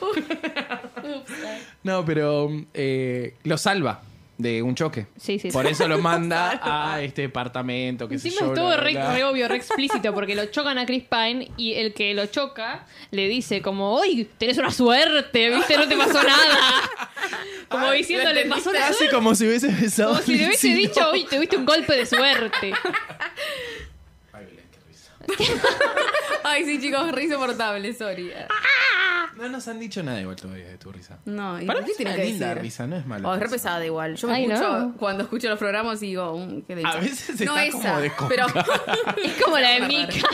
No, pero eh, lo salva de un choque.
Sí, sí,
Por
sí.
eso lo manda a este departamento que se
Encima
yo.
estuvo
bla,
re,
bla, bla.
re obvio, re explícito, porque lo chocan a Chris Pine y el que lo choca le dice como, ¡Uy, tenés una suerte! ¿Viste? No te pasó nada. Como diciéndole,
lo
pasó una
Hace
suerte.
como si hubiese besado.
Como si le
al
hubiese
vecino.
dicho, uy, tuviste un golpe de suerte.
Ay, sí, chicos, re insoportable, sorry.
No nos han dicho nada igual todavía de tu risa.
Mm,
No, ¿y
Para
por
mí
qué
es
tiene
una
que
linda
decir?
risa, no es mala.
Oh, es re
risa.
pesada igual. Yo me
Ay,
escucho,
no.
cuando escucho los programas y digo, "Mm, qué densa".
A veces
no
está
esa,
como
pero,
Es como la de Mika.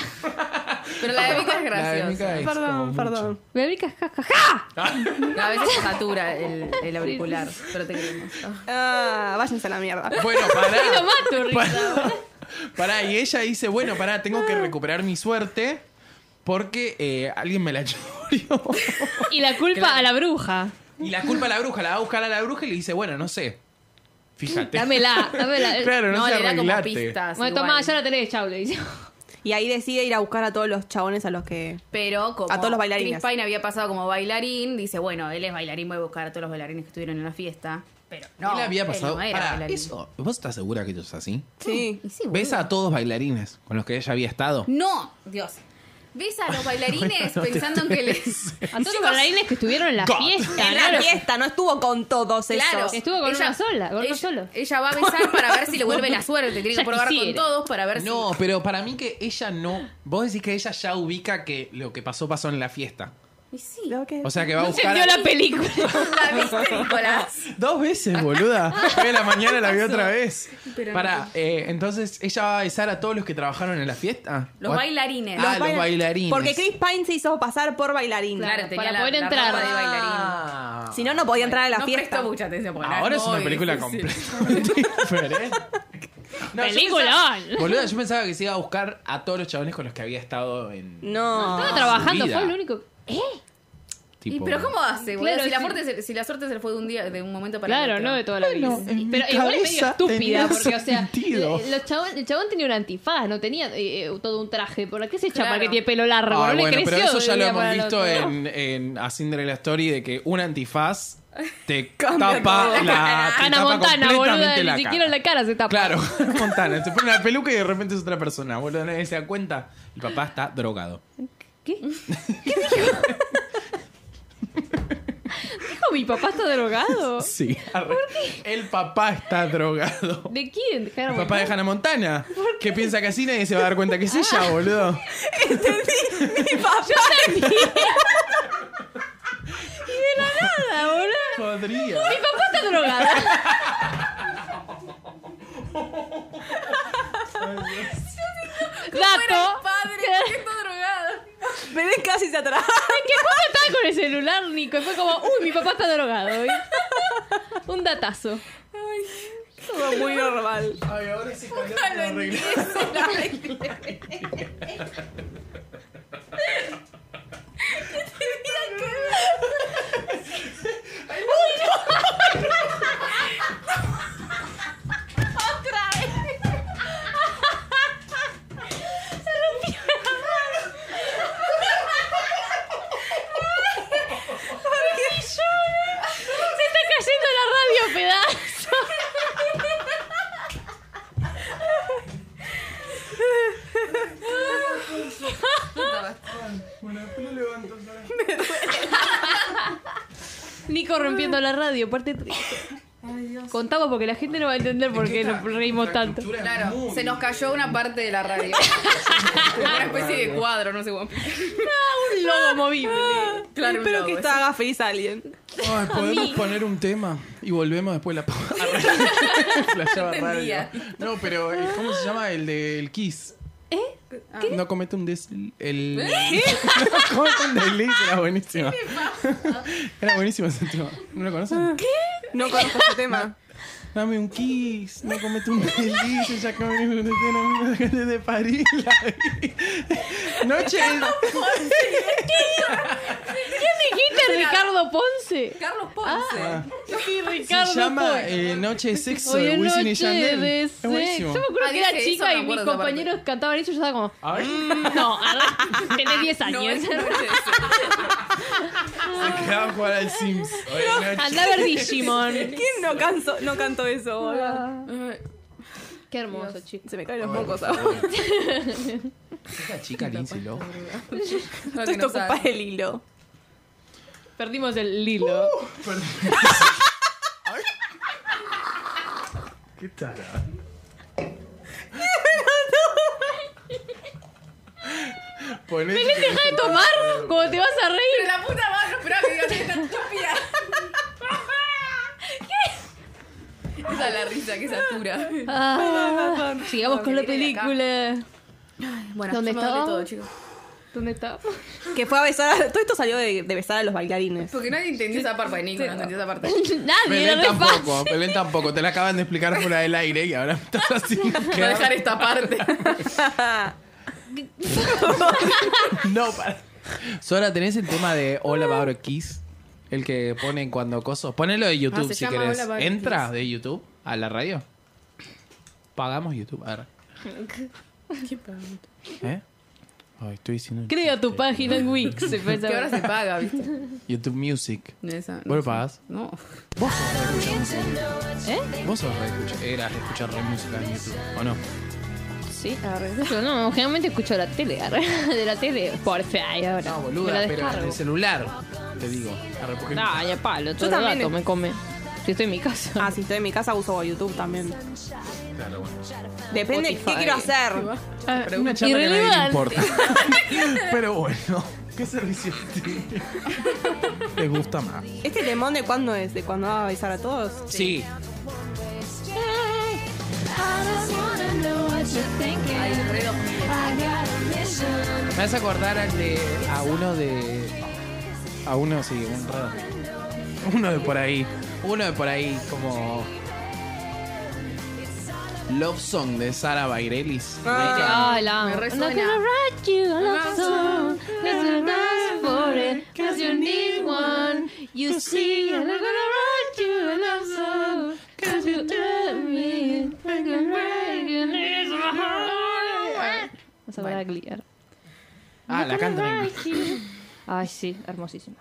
pero la de Mica es
La de
graciosa.
Mica es como
Perdón,
mucho.
perdón.
La de Mika es jajaja.
A veces se satura el, el auricular, pero te queremos. Ah.
Ah, váyanse a la mierda.
Bueno, pará.
Y lo mato, risa.
Pará. Pará, y ella dice, bueno, pará, tengo que recuperar mi suerte porque eh, alguien me la echó. parió.
Y la culpa
Claro.
a la bruja.
Y la culpa a la bruja, la va a buscar a la bruja y le dice, bueno, no sé. Fíjate.
Dámela, dámela.
Claro, no,
no,
se
le da como
arreglate.
pistas.
Bueno,
igual.
tomá, ya la tenés, chau, le dice.
Y ahí decide ir a buscar a todos los chabones a los que.
Pero como
A todos los bailarines.
Chris Pine había pasado como bailarín, dice, bueno, él es bailarín, voy a buscar a todos los bailarines que estuvieron en la fiesta. Pero no,
Él había pasado.
Él no era
Pará,
bailarín.
eso, ¿Vos estás segura que eso es así?
Sí.
Y sí,
¿Ves
boludo.
a todos bailarines con los que ella había estado?
No, Dios. ¿Ves a los bailarines
no te
pensando en que les...
estreses.
A todos los bailarines que estuvieron en la
God.
fiesta.
En
claro.
la fiesta, no estuvo con todos
Claro.
esos.
Estuvo con una sola, con uno
ella,
solo.
Ella va a besar para ver si le vuelve la suerte. Tiene que
Ya
probar con
quisiera.
todos para ver
No, pero para mí que ella no. Vos decís que ella ya ubica que lo que pasó pasó en la fiesta.
si... Y sí,
Lo que-
O sea que va a buscar.
Entendió
a-
la película.
la viste, Nicolás.
Dos veces, boluda. Hoy a la mañana la vi otra vez.
Pero
Para, entonces, ¿ella va a besar a todos los que trabajaron en la fiesta?
Los
¿O a-
bailarines.
Ah, los bailarines.
Porque Chris Pine se hizo pasar por bailarín.
Claro, tenía
para
la-
poder
la
entrar.
ropa de bailarín.
Ah.
Si no, no podía entrar a la
no
fiesta.
presto mucha atención porque
Ahora es una
muy
película
difícil.
completamente diferente. No, yo
Peliculón.
pensaba- Boluda, yo pensaba que se iba a buscar a todos los chabones con los que había estado en.
No.
Estaba trabajando,
Ah, vida.
fue lo único. ¿Eh?
Y,
tipo-
pero ¿cómo hace? boludo?
Claro,
si, la
sí.
suerte se, si la suerte se le fue de un día, de un momento para
Claro,
el otro.
no de toda la vida.
Bueno, en mi
Pero igual es medio
cabeza
estúpida,
tenía
porque, o sea,
sentido.
le- los chabón- el chabón tenía un antifaz, no tenía eh, eh, todo un traje. ¿Por qué se echa
Claro.
para que tiene pelo largo?
Ah,
no
bueno,
le creció.
pero eso ya
de
lo
un día
hemos
para el
visto
otro.
en, en A Cinderella Story de que un antifaz te
Cambia todo.
tapa la te
Ana
tapa
Montana, boluda,
completamente
ni
la
siquiera
cara.
la cara se tapa.
Claro, Montana, se pone una peluca y de repente es otra persona, boludo, nadie se da cuenta. El papá está drogado.
¿Qué? ¿Qué dijo? ¿Dijo mi papá está drogado?
Sí. El papá está drogado.
¿De quién?
El
Hannah
papá de
Montana?
Hannah Montana. Que piensa que así nadie se va a dar cuenta que es
Ah.
ella, boludo.
Mi papá.
Nada, boludo.
Podría.
Mi papá está drogado. Dato.
Padre, que está drogado.
Belén casi se atrás.
Que justo estaba con el celular, Nico. Y fue como, uy, mi papá está drogado. ¿eh? Un datazo.
Todo muy normal.
Ay, ahora sí cuando
Lo entiende.
Se está cayendo la radio, pedazo. Nico rompiendo la radio, parte triste. Contamos porque la gente no va a entender por qué nos reímos tanto.
Claro, se nos cayó una parte de la radio. una especie de cuadro, no sé cómo.
Un lobo movible.
Claro, pues. un
Espero
logo,
que esto
eso.
haga feliz a alguien.
Ay, podemos poner un tema y volvemos después la pausa. Flashaba
Entendía.
radio. No, pero eh, ¿cómo se llama el del Kiss? ¿Eh? No comete un des... El... no comete un desliz, era buenísimo. Era buenísimo ese tema. ¿No lo conocen?
No conozco ese tema.
Dame un kiss, no comete un desliz, ya que me un desliz desde París. la- Noche...
¿Qué dijiste, Ricardo Ponce?
Carlos Ponce.
Sí, Ricardo
Se llama
Ponce.
eh, Noche de Sexo
Hoy
de
en
Wisin y
noche
Yandel.
de
Es buenísimo.
sexo. Yo me acuerdo
Ah,
que era
dije eso,
chica
me
y mis
acuerdo,
compañeros cantaban eso y yo estaba como,
A ver.
no, ahora tenés 10
No,
años.
es- no es eso.
Se quedaba a jugar al Sims. Hoy en noche.
Andá a ver Digimon.
¿Quién no, canso, no cantó eso? boludo?
Ah. Qué hermoso, chicos.
Se me caen los mocos ahora.
Esa chica Lindsay Lohan.
No, que
Esto
no
ocupa
sabe.
el hilo.
Perdimos el lilo.
¿Qué tara? Ponete que-
Deja de tomar como te vas a reír.
La puta madre, espera que digas esta estúpida. Esa es la risa que satura.
Ah, sigamos con la
Porque viene de acá.
película.
Bueno,
¿Dónde
yo me duele
estábamos?
todo, chicos.
¿Dónde está?
Que fue a besar a... Todo esto salió de, de besar a los bailarines.
Porque nadie entendió esa parte, Nico, no entendió esa parte.
Nadie,
Belén
era re fácil.
tampoco, Belén tampoco, te la acaban de explicar fuera del aire y ahora estás así.
Voy a dejar esta parte.
No, para. Sora, ¿tenés el tema de All About a Kiss? El que ponen cuando cosos. Ponelo de YouTube
Ah, se
si
llama
querés.
All About a
Entra
Kiss.
de YouTube a la radio. Pagamos YouTube. A ver. ¿Eh? Ay, estoy diciendo. un
Crea tu
chiste.
página en Wix. se
Que
pasa-
ahora se paga, ¿viste?
YouTube Music.
Esa, no
¿Vos lo
sé.
pagás?
No.
Vos sos re escuchar música.
¿Eh?
Vos sos re escuchar. Eras de escuchar re música en YouTube. ¿O no?
Sí, arre. Pero no, generalmente escucho la tele. arre. De la tele. Por fe, ay, ahora.
No,
Me
boluda,
la
pero en
descargo.
el celular. Te digo. Arre, porque-
No, ya palo. Todo
Yo
el
también
rato
he-
me come. Si estoy en mi casa.
Ah, si estoy en mi casa uso YouTube también.
Claro, bueno.
Depende
Spotify.
qué quiero hacer.
Ah,
Pero una charla que a nadie le
irrelevante.
importa. Pero bueno, ¿qué servicio tiene? ¿Te gusta más?
¿Este temón de cuándo es? ¿De cuándo va a avisar a todos?
Sí. Me vas a acordar al de. a uno de. A uno, sí, un raro. Uno de por ahí. Uno de por ahí, como. Love Song de Sara Bairelis.
Ah, la
Me
amo. I'm
resuena.
not gonna write you a love song. Let's dance for it. Cause you need one. You see, I'm not gonna write you a love song. Cause you love me. I can break it. It's my heart. Vas a ver a Glee, ahora.
Ah, la cantan. en-
Ay, sí, hermosísimo.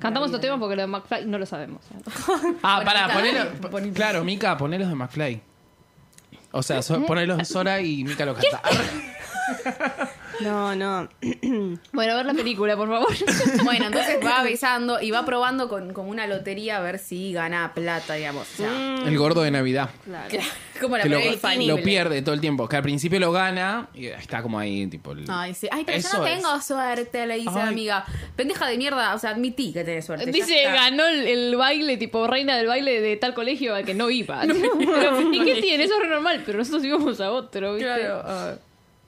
Cantamos estos temas porque lo de McFly no lo sabemos.
Ah, pará,
Mica.
ponelo.
Ay,
po-
pon-
Claro, Mika, ponelos de McFly. O sea, so, ponelos de Sora y Mika lo canta.
No, no.
Bueno, a ver la película, por favor.
Bueno, entonces va avisando y va probando con, con una lotería a ver si gana plata, digamos. O sea,
El gordo de Navidad.
como la
que lo,
película
lo
disponible.
pierde todo el tiempo. Que al principio lo gana y está como ahí, tipo. el-
Ay, sí. Ay, pero yo
Eso
no
es.
tengo suerte, le dice la
Ay.
amiga. Pendeja de mierda, o sea, admití que tenés suerte. ya
Dice,
está.
ganó el, el baile, tipo reina del baile de tal colegio al que no iba. Pero, ¿Y qué tiene? Eso es re normal, pero nosotros íbamos a otro, ¿viste?
Claro. ah,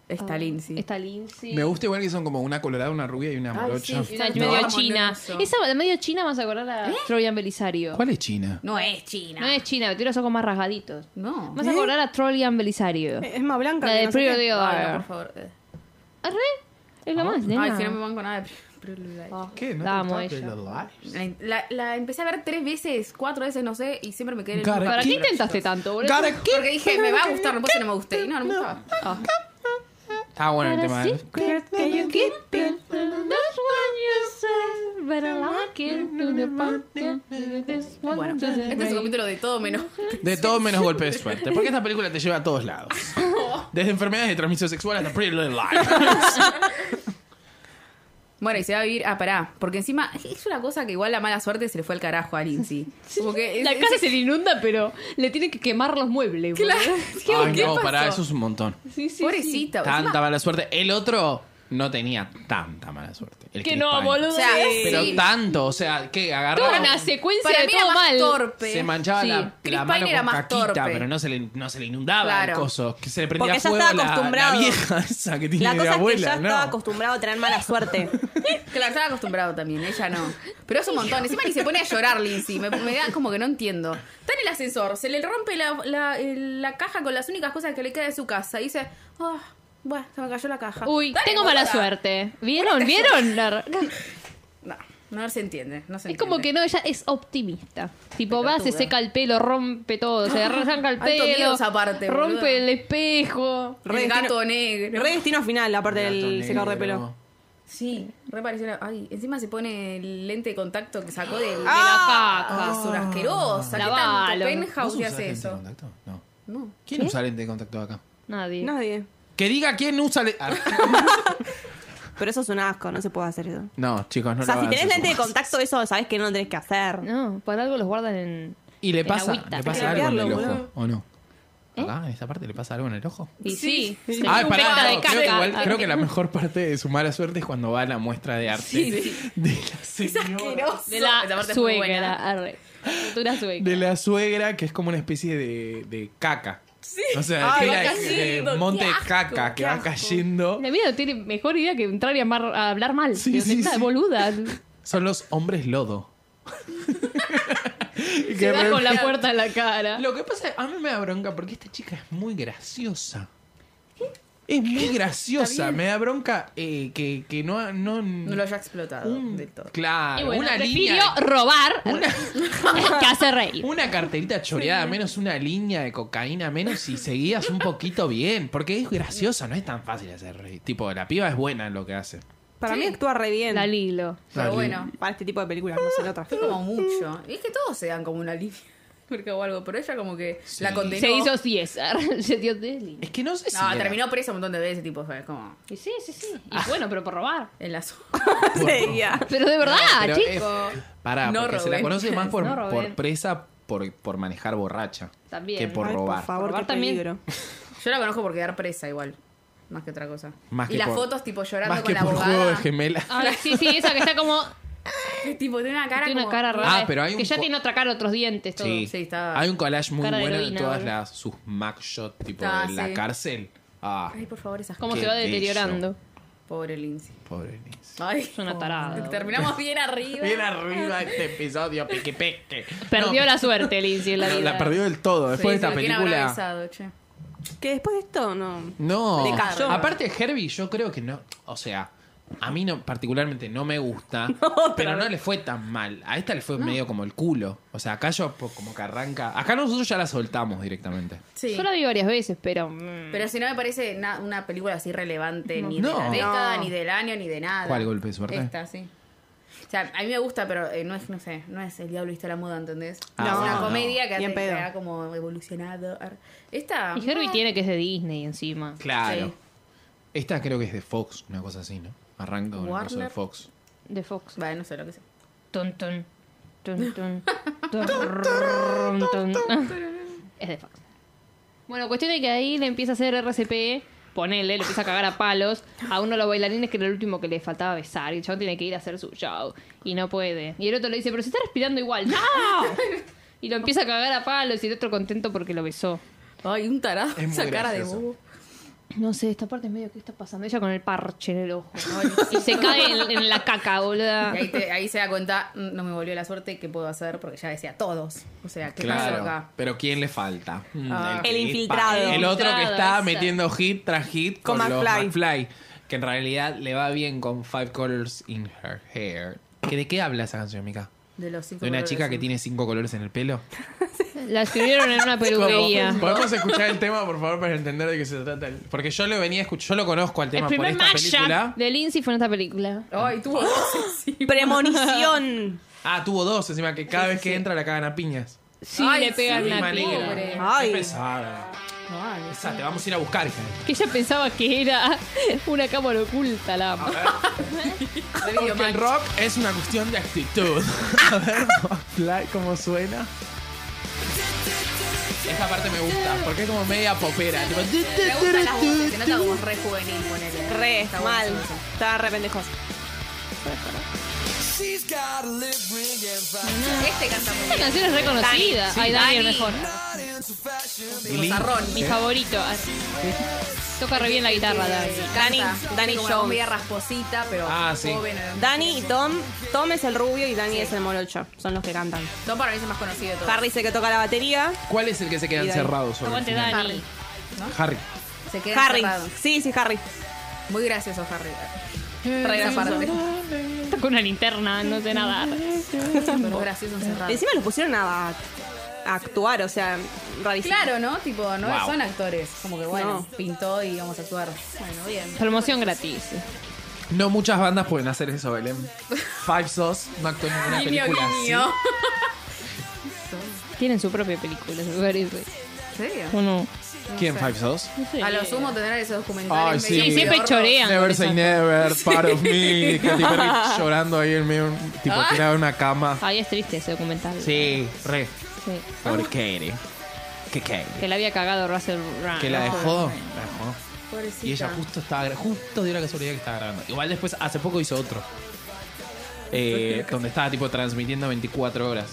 está Lindsay.
Está Lindsay.
Me gusta igual que son como una colorada, una rubia y una
Ay, sí,
morocha.
sí.
Está
No,
medio
vamos,
china.
Lorenzo.
Esa de medio china vas a acordar a
¿Eh?
Florian Belisario.
¿Cuál es China?
No es China.
No es china, pero tiene los ojos más rasgaditos.
No.
Vas a acordar a Trollian Belisario.
Eh,
Es más blanca
La
que
de
no sé
Pretty
qué.
Little
Ay, no,
Liar.
por favor. eh.
Arre, es lo
Ah,
más, nena.
Ay, si no me banco nada de Pretty Little Lies.
Ah,
¿Qué? ¿No te
la amo
gustaba
ella.
Pretty Little Lies?
La, la- la empecé a ver tres veces, cuatro veces, no sé, y siempre me quedé en el
Cara,
mismo
¿Para qué
capítulo,
intentaste
chicos.
tanto, boludo?
Cara, ¿qué?
Porque dije, me va a gustar, no puede ser no me guste. Y no, no me gustaba.
Ah.
Está bueno el tema. ¿eh?
Ah,
Bueno, este es un capítulo de todo menos.
De todo menos golpe de suerte. Porque esta película te lleva a todos lados. Desde enfermedades de transmisión sexual hasta Pretty Little Lies.
Bueno, y se va a vivir. Ah, pará. Porque encima es una cosa que igual la mala suerte se le fue al carajo a Lindsay. Como que.
La casa se le inunda, pero le tienen que quemar los muebles. boludo.
¿Qué,
Ay,
¿qué
no,
pasó?
pará, eso es un montón.
Sí, sí, sí.
Pobrecita.
Tanta
encima-
mala suerte. El otro no tenía tanta mala suerte. El
Que
Chris
no,
Pine.
boludo.
O sea,
Pero
sí.
tanto, o sea, que
Toda
agarraron.
una secuencia
Para
de
mí
todo
era más
mal.
torpe.
Se manchaba
Sí.
la,
Chris
la
Pine
mano
era
con
más
caquita,
torpe.
pero no se le, no se le inundaba el
Claro.
coso. Que se le prendía
Porque ya
fuego
estaba
la- la,
acostumbrado.
vieja esa que tiene
La
de
cosa es que
abuela,
ya
¿no?
estaba acostumbrado a tener mala suerte.
Claro, estaba acostumbrado también, ella no. Pero es un montón. Encima ni se pone a llorar, Lindsay. Me, me da como que no entiendo. Está en el ascensor, se le rompe la, la- el- la caja con las únicas cosas que le queda de su casa. Y dice, "Ah, bueno, se me cayó la caja.
Uy,
Dale,
tengo mala
boluda.
suerte. ¿Vieron? ¿Vieron? La-
No, no se entiende. No se
Es como que
entiende.
no, ella es optimista. Tipo, va, se
Pelotuda.
seca el pelo, rompe todo, se arranca el
Alto
pelo,
miedo esa parte,
rompe
boluda.
el espejo.
El gato negro.
Re destino final, la parte
Gato
del secador de pelo.
negro.
Sí, re pareció la- Ay, encima se pone el lente de contacto que sacó del- de,
Ah.
la caja. Es una asquerosa. ¿Qué
Lavalo.
tanto
¿Vos
penthouse le
usás
hace
lente de
eso?
contacto? No.
No.
¿Quién usa lente de contacto acá?
Nadie.
Nadie.
Que diga quién usa lente.
Pero eso es un asco, no se puede hacer eso.
no, chicos, no
o sea,
lo
si
hagan, se
tenés lente de
suman.
contacto, eso sabés que no lo tenés que hacer.
No, por algo los guardan en.
Y le
en
pasa,
agüita.
le pasa algo en
Limpiarlo,
el ojo,
boludo. ¿Eh?
¿o no? Acá, en esta parte, le pasa algo en el ojo.
Y sí, se
Ay,
infecta
Ah, pará,
de
no,
caca.
creo, que igual-
Ah,
creo que la mejor parte de su mala suerte es cuando va a la muestra de arte de la señora,
Asqueroso.
De la
Esa parte es muy
suegra,
buena.
arre. Cultura suegra.
de la suegra que es como una especie de, de caca. O sea,
Ay,
que
va
la-
cayendo,
eh, monte
qué
de
asco,
caca que
qué
va
asco.
cayendo.
La vida no tiene mejor idea que entrar y amar- a hablar mal.
Sí,
Digo,
sí,
neta,
sí.
boluda.
Son los hombres lodo. Y que
Se da con la
re-
puerta en la cara.
Lo que pasa, a mí me da bronca porque esta chica es muy graciosa. Es muy graciosa. Me da bronca eh, que, que no, no,
No lo haya explotado
Mm.
del todo.
Y
Claro,
bueno,
una
prefirió
línea.
robar que hacer reír.
Una carterita choreada menos, una línea de cocaína menos y seguías un poquito bien. Porque es graciosa, no es tan fácil hacer reír. Tipo, la piba es buena en lo que hace.
Para mí actúa re bien.
La Lilo.
Pero
Dale.
bueno,
Para este tipo de películas, no sé, en otras.
fue
Uh.
como mucho. Y es que todos se dan como una línea. Porque o algo, pero ella como que
Sí.
la condenó.
Se hizo 10. Se dio 10 líneas.
Es que no sé si.
No,
era
terminó presa un montón de veces, tipo, fue como
Y sí, sí, sí. Y bueno, pero por robar.
en la zona.
por-
Sería.
Pero de verdad,
Ah. pero
chico.
es- pará,
No
porque se la
roben.
conoce más por,
No roben.
por presa por, por manejar borracha
También.
que por
Ay,
robar.
por favor,
Robar
qué
también.
peligro.
Yo la conozco por quedar presa igual. Más que otra cosa.
Más
y
que
las
por-
fotos tipo llorando
Más
con
que
la Ah,
por juego de
abogada.
gemelas.
Ay, sí, sí, esa que está como.
tipo, tiene una cara
tiene una
como-
cara rara.
Ah, pero hay un
que ya
co-
tiene otra cara, otros dientes, todo.
Sí.
Sí, está-
Hay un collage muy
Cara de
bueno de
heroína,
todas
boludo.
las sus Mac shots, tipo
Ah,
de la
sí.
cárcel. Ah,
Ay, por favor, esas
Cómo
Qué
se va
bello.
deteriorando.
Pobre Lindsay.
pobre Liz.
Ay,
Es una tarada.
Terminamos bien arriba.
Bien arriba este episodio, pique peque.
Perdió
No,
la suerte, Lindsay, en la vida.
La perdió del todo.
Sí,
Después de
se
esta
lo quieren haber
película.
avisado, che.
Que después de esto, no.
No.
Le cayó.
Aparte, Herbie, yo creo que no. O sea, a mí no, particularmente no me gusta. pero no le fue tan mal. A esta le fue medio como el culo. O sea, acá yo po- como que arranca. Acá nosotros ya la soltamos directamente.
Sí.
Yo la vi varias veces, pero. mm,
Pero si no me parece na- una película así relevante, ni
No.
de la
No.
década, ni del año, ni de nada.
¿Cuál golpe de suerte?
Esta, sí. O sea, a mí me gusta, pero eh, no es, no sé, no es El Diablo viste a la moda, ¿entendés?
Ah,
es una
no.
comedia que
Bien
hace- que
pedo.
ha como evolucionado. Esta.
Y Herbie tiene que es de Disney encima.
Claro.
Sí.
Esta creo que es de Fox, una cosa así, ¿no? Arranca con el coso de
Warner.
Fox.
De Fox.
Vale, no sé lo que sé.
Tun, tun, tun, tun, tun, tun. Es de Fox. Bueno, cuestión de que ahí le empieza a hacer RCP, ponele, le empieza a cagar a palos a uno de los bailarines que era el último que le faltaba besar y el chabón tiene que ir a hacer su show y no puede. Y el otro le dice, pero se está respirando igual, ¡no! Y lo empieza a cagar a palos y el otro contento porque lo besó.
Ay, un tarado.
Es muy
esa cara de
gracioso.
bobo.
No sé, esta parte es medio que está pasando ella con el parche en el ojo. Y se cae en, en la caca, boluda.
Y ahí, te- ahí se da cuenta, mm, no me volvió la suerte, ¿qué puedo hacer? Porque ya decía todos. O sea, ¿qué pasó
Claro.
acá?
Pero ¿quién le falta? Mm,
Ah.
que
El
hit
infiltrado.
pa- El otro que
Infiltrado,
está
esa.
metiendo hit tras hit con,
Con
los
McFly.
McFly, Que en realidad le va bien con Five Colors in Her Hair. ¿Que ¿De qué habla esa canción, Mica?
De los cinco
¿De una
colores
chica que
azules.
tiene cinco colores en el pelo?
La escribieron en una peluquería.
¿Podemos escuchar el tema, por favor, para entender de qué se trata? el- Porque yo lo venía a escuchar, yo lo conozco al tema
El
por
primer
esta
matchup
película.
de Lindsay fue en esta película.
Ay, tuvo
¡Ah!
voces, sí.
Premonición.
Ah, tuvo dos, encima que cada vez que entra la cagan a piñas.
Sí,
Ay,
le pegan
sí,
la
María.
piña.
Pobre.
Ay.
Qué pesada.
Ay,
Esa, te vamos a ir a buscar. hija.
Que ella pensaba que era una cámara oculta la ama.
de video
Porque el
match.
rock es una cuestión de actitud. A ver, Fly, cómo suena. Esta parte me gusta, porque es como media popera. tipo, tu, tu,
Me gustan las
tu,
voces, se nota
tu.
como re juvenil ponele.
Re,
Está bueno
mal.
esa voz.
Está re pendejoso.
Este canta muy
Esta
bien.
canción es reconocida.
Dani,
Ay,
sí,
Dani
Dani.
es mejor.
Lin-
Bozarrón.
Mi favorito. Ay. Toca re bien la guitarra, Dani.
Dani,
Canta.
Dani
Tiene como
Jones.
una media rasposita, pero
Ah, sí.
joven.
Dani y Tom. Tom es el rubio y Dani es el morocho. Son los que cantan.
Tom para mí es el más conocido de todos.
Harry dice que toca la batería.
¿Cuál es el que se queda
Y Dani.
encerrado sobre el
Aguante,
final?
Dani.
Harry.
Se queda
Harry.
encerrado.
Sí, sí, Harry.
Muy gracioso, Harry. Trae esa parte.
Con una linterna, no sé nadar.
Muy gracioso encerrado.
Encima los pusieron a, a actuar, o sea, rarísimo.
Claro, ¿no? Tipo, no
Wow.
son actores. Como que bueno,
No.
pintó y vamos a actuar. Bueno, bien.
Promoción gratis.
No muchas bandas pueden hacer eso, Belén. Five Sos no actuó en ninguna película así.
Tienen su propia película, me parece.
¿En serio?
¿O no?
¿Quién Five Sos?
No sé.
A lo sumo tendrán esos
Ay,
documentales.
sí.
medio
Sí, siempre
pedorros.
chorean.
Never
con
say
esa-
never, part of me. Que tipo llorando ahí en medio, tipo tirado en una cama.
Ay, es triste ese documental.
Sí, re.
Sí.
Pobre Katie. Que Katie.
Que la había cagado Russell Brand.
Que la dejó. La dejó.
Pobrecita.
Y ella justo estaba gra- justo dio la casualidad que estaba grabando. Igual después, hace poco hizo otro. Eh, donde estaba tipo transmitiendo 24 horas.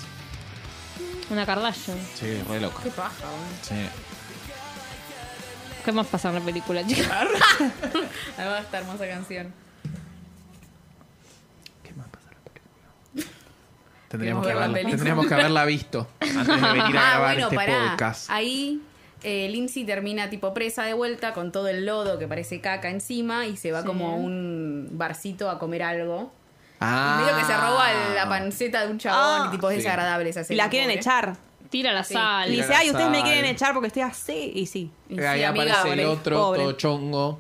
Una Kardashian.
Sí, re loco.
Qué paja, boludo.
Sí.
¿Qué más pasa en la película, chicos?
Además, esta hermosa canción.
¿Qué más pasa en la película? Tendríamos que,
ver la
haberla,
película.
tendríamos que haberla visto antes de venir a grabar
ah, bueno,
este
pará.
podcast.
Ahí eh, Lindsay termina tipo presa de vuelta con todo el lodo que parece caca encima y se va como a un barcito a comer algo.
Ah.
Y medio que se roba la panceta de un chabón
Ah.
y tipo es
Sí.
desagradable esa escena,
la quieren
pobre.
echar.
Tira la sal.
Y
Tira
dice,
la
ay, ustedes me
sal.
quieren echar porque estoy así. Y sí.
Y
Ahí
sí, amiga,
aparece
pobre.
el otro
pobre.
todo chongo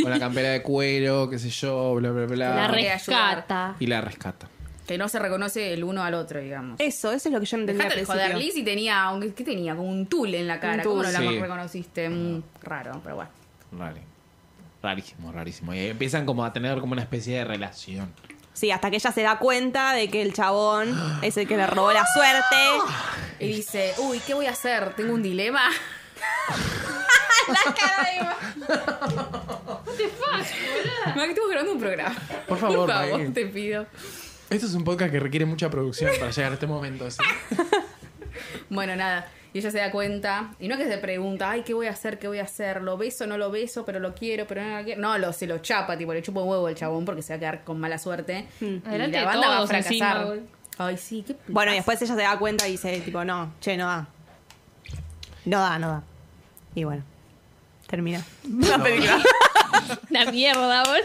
con la campera de cuero, qué sé yo, bla, bla, bla.
La
re-
rescata.
y la rescata.
Que no se reconoce el uno al otro, digamos.
Eso, eso es lo que yo no entendía al
Dejate de joder,
principio.
Lizzie tenía, un- ¿qué tenía? Como un tul en la cara.
Un tul.
¿Cómo no la
Sí.
reconociste? Mm, raro, pero bueno.
Rari- Rarísimo, rarísimo. Y ahí empiezan como a tener como una especie de relación.
Sí, hasta que ella se da cuenta de que el chabón es el que le robó la suerte.
Y dice, uy, ¿qué voy a hacer? Tengo un dilema. la cara de Emma. Mac, estamos grabando un programa.
Por favor,
Por favor,
Mac.
te pido.
Esto es un podcast que requiere mucha producción para llegar a este momento. ¿sí?
Bueno, nada. Y ella se da cuenta. Y no es que se pregunta, ay, ¿qué voy a hacer? ¿Qué voy a hacer? ¿Lo beso? ¿No lo beso? ¿Pero lo quiero? ¿Pero no lo quiero? No, lo, se lo chapa, tipo, le chupa un huevo el chabón porque se va a quedar con mala suerte. y
Hmm. Adelante
la
de
banda va a
todos encima,
fracasar.
bol.
ay, sí, qué
Bueno, y después ella se da cuenta y dice, tipo, no, che, no da. No da, no da. Y bueno, termina. La película.
La mierda, bol.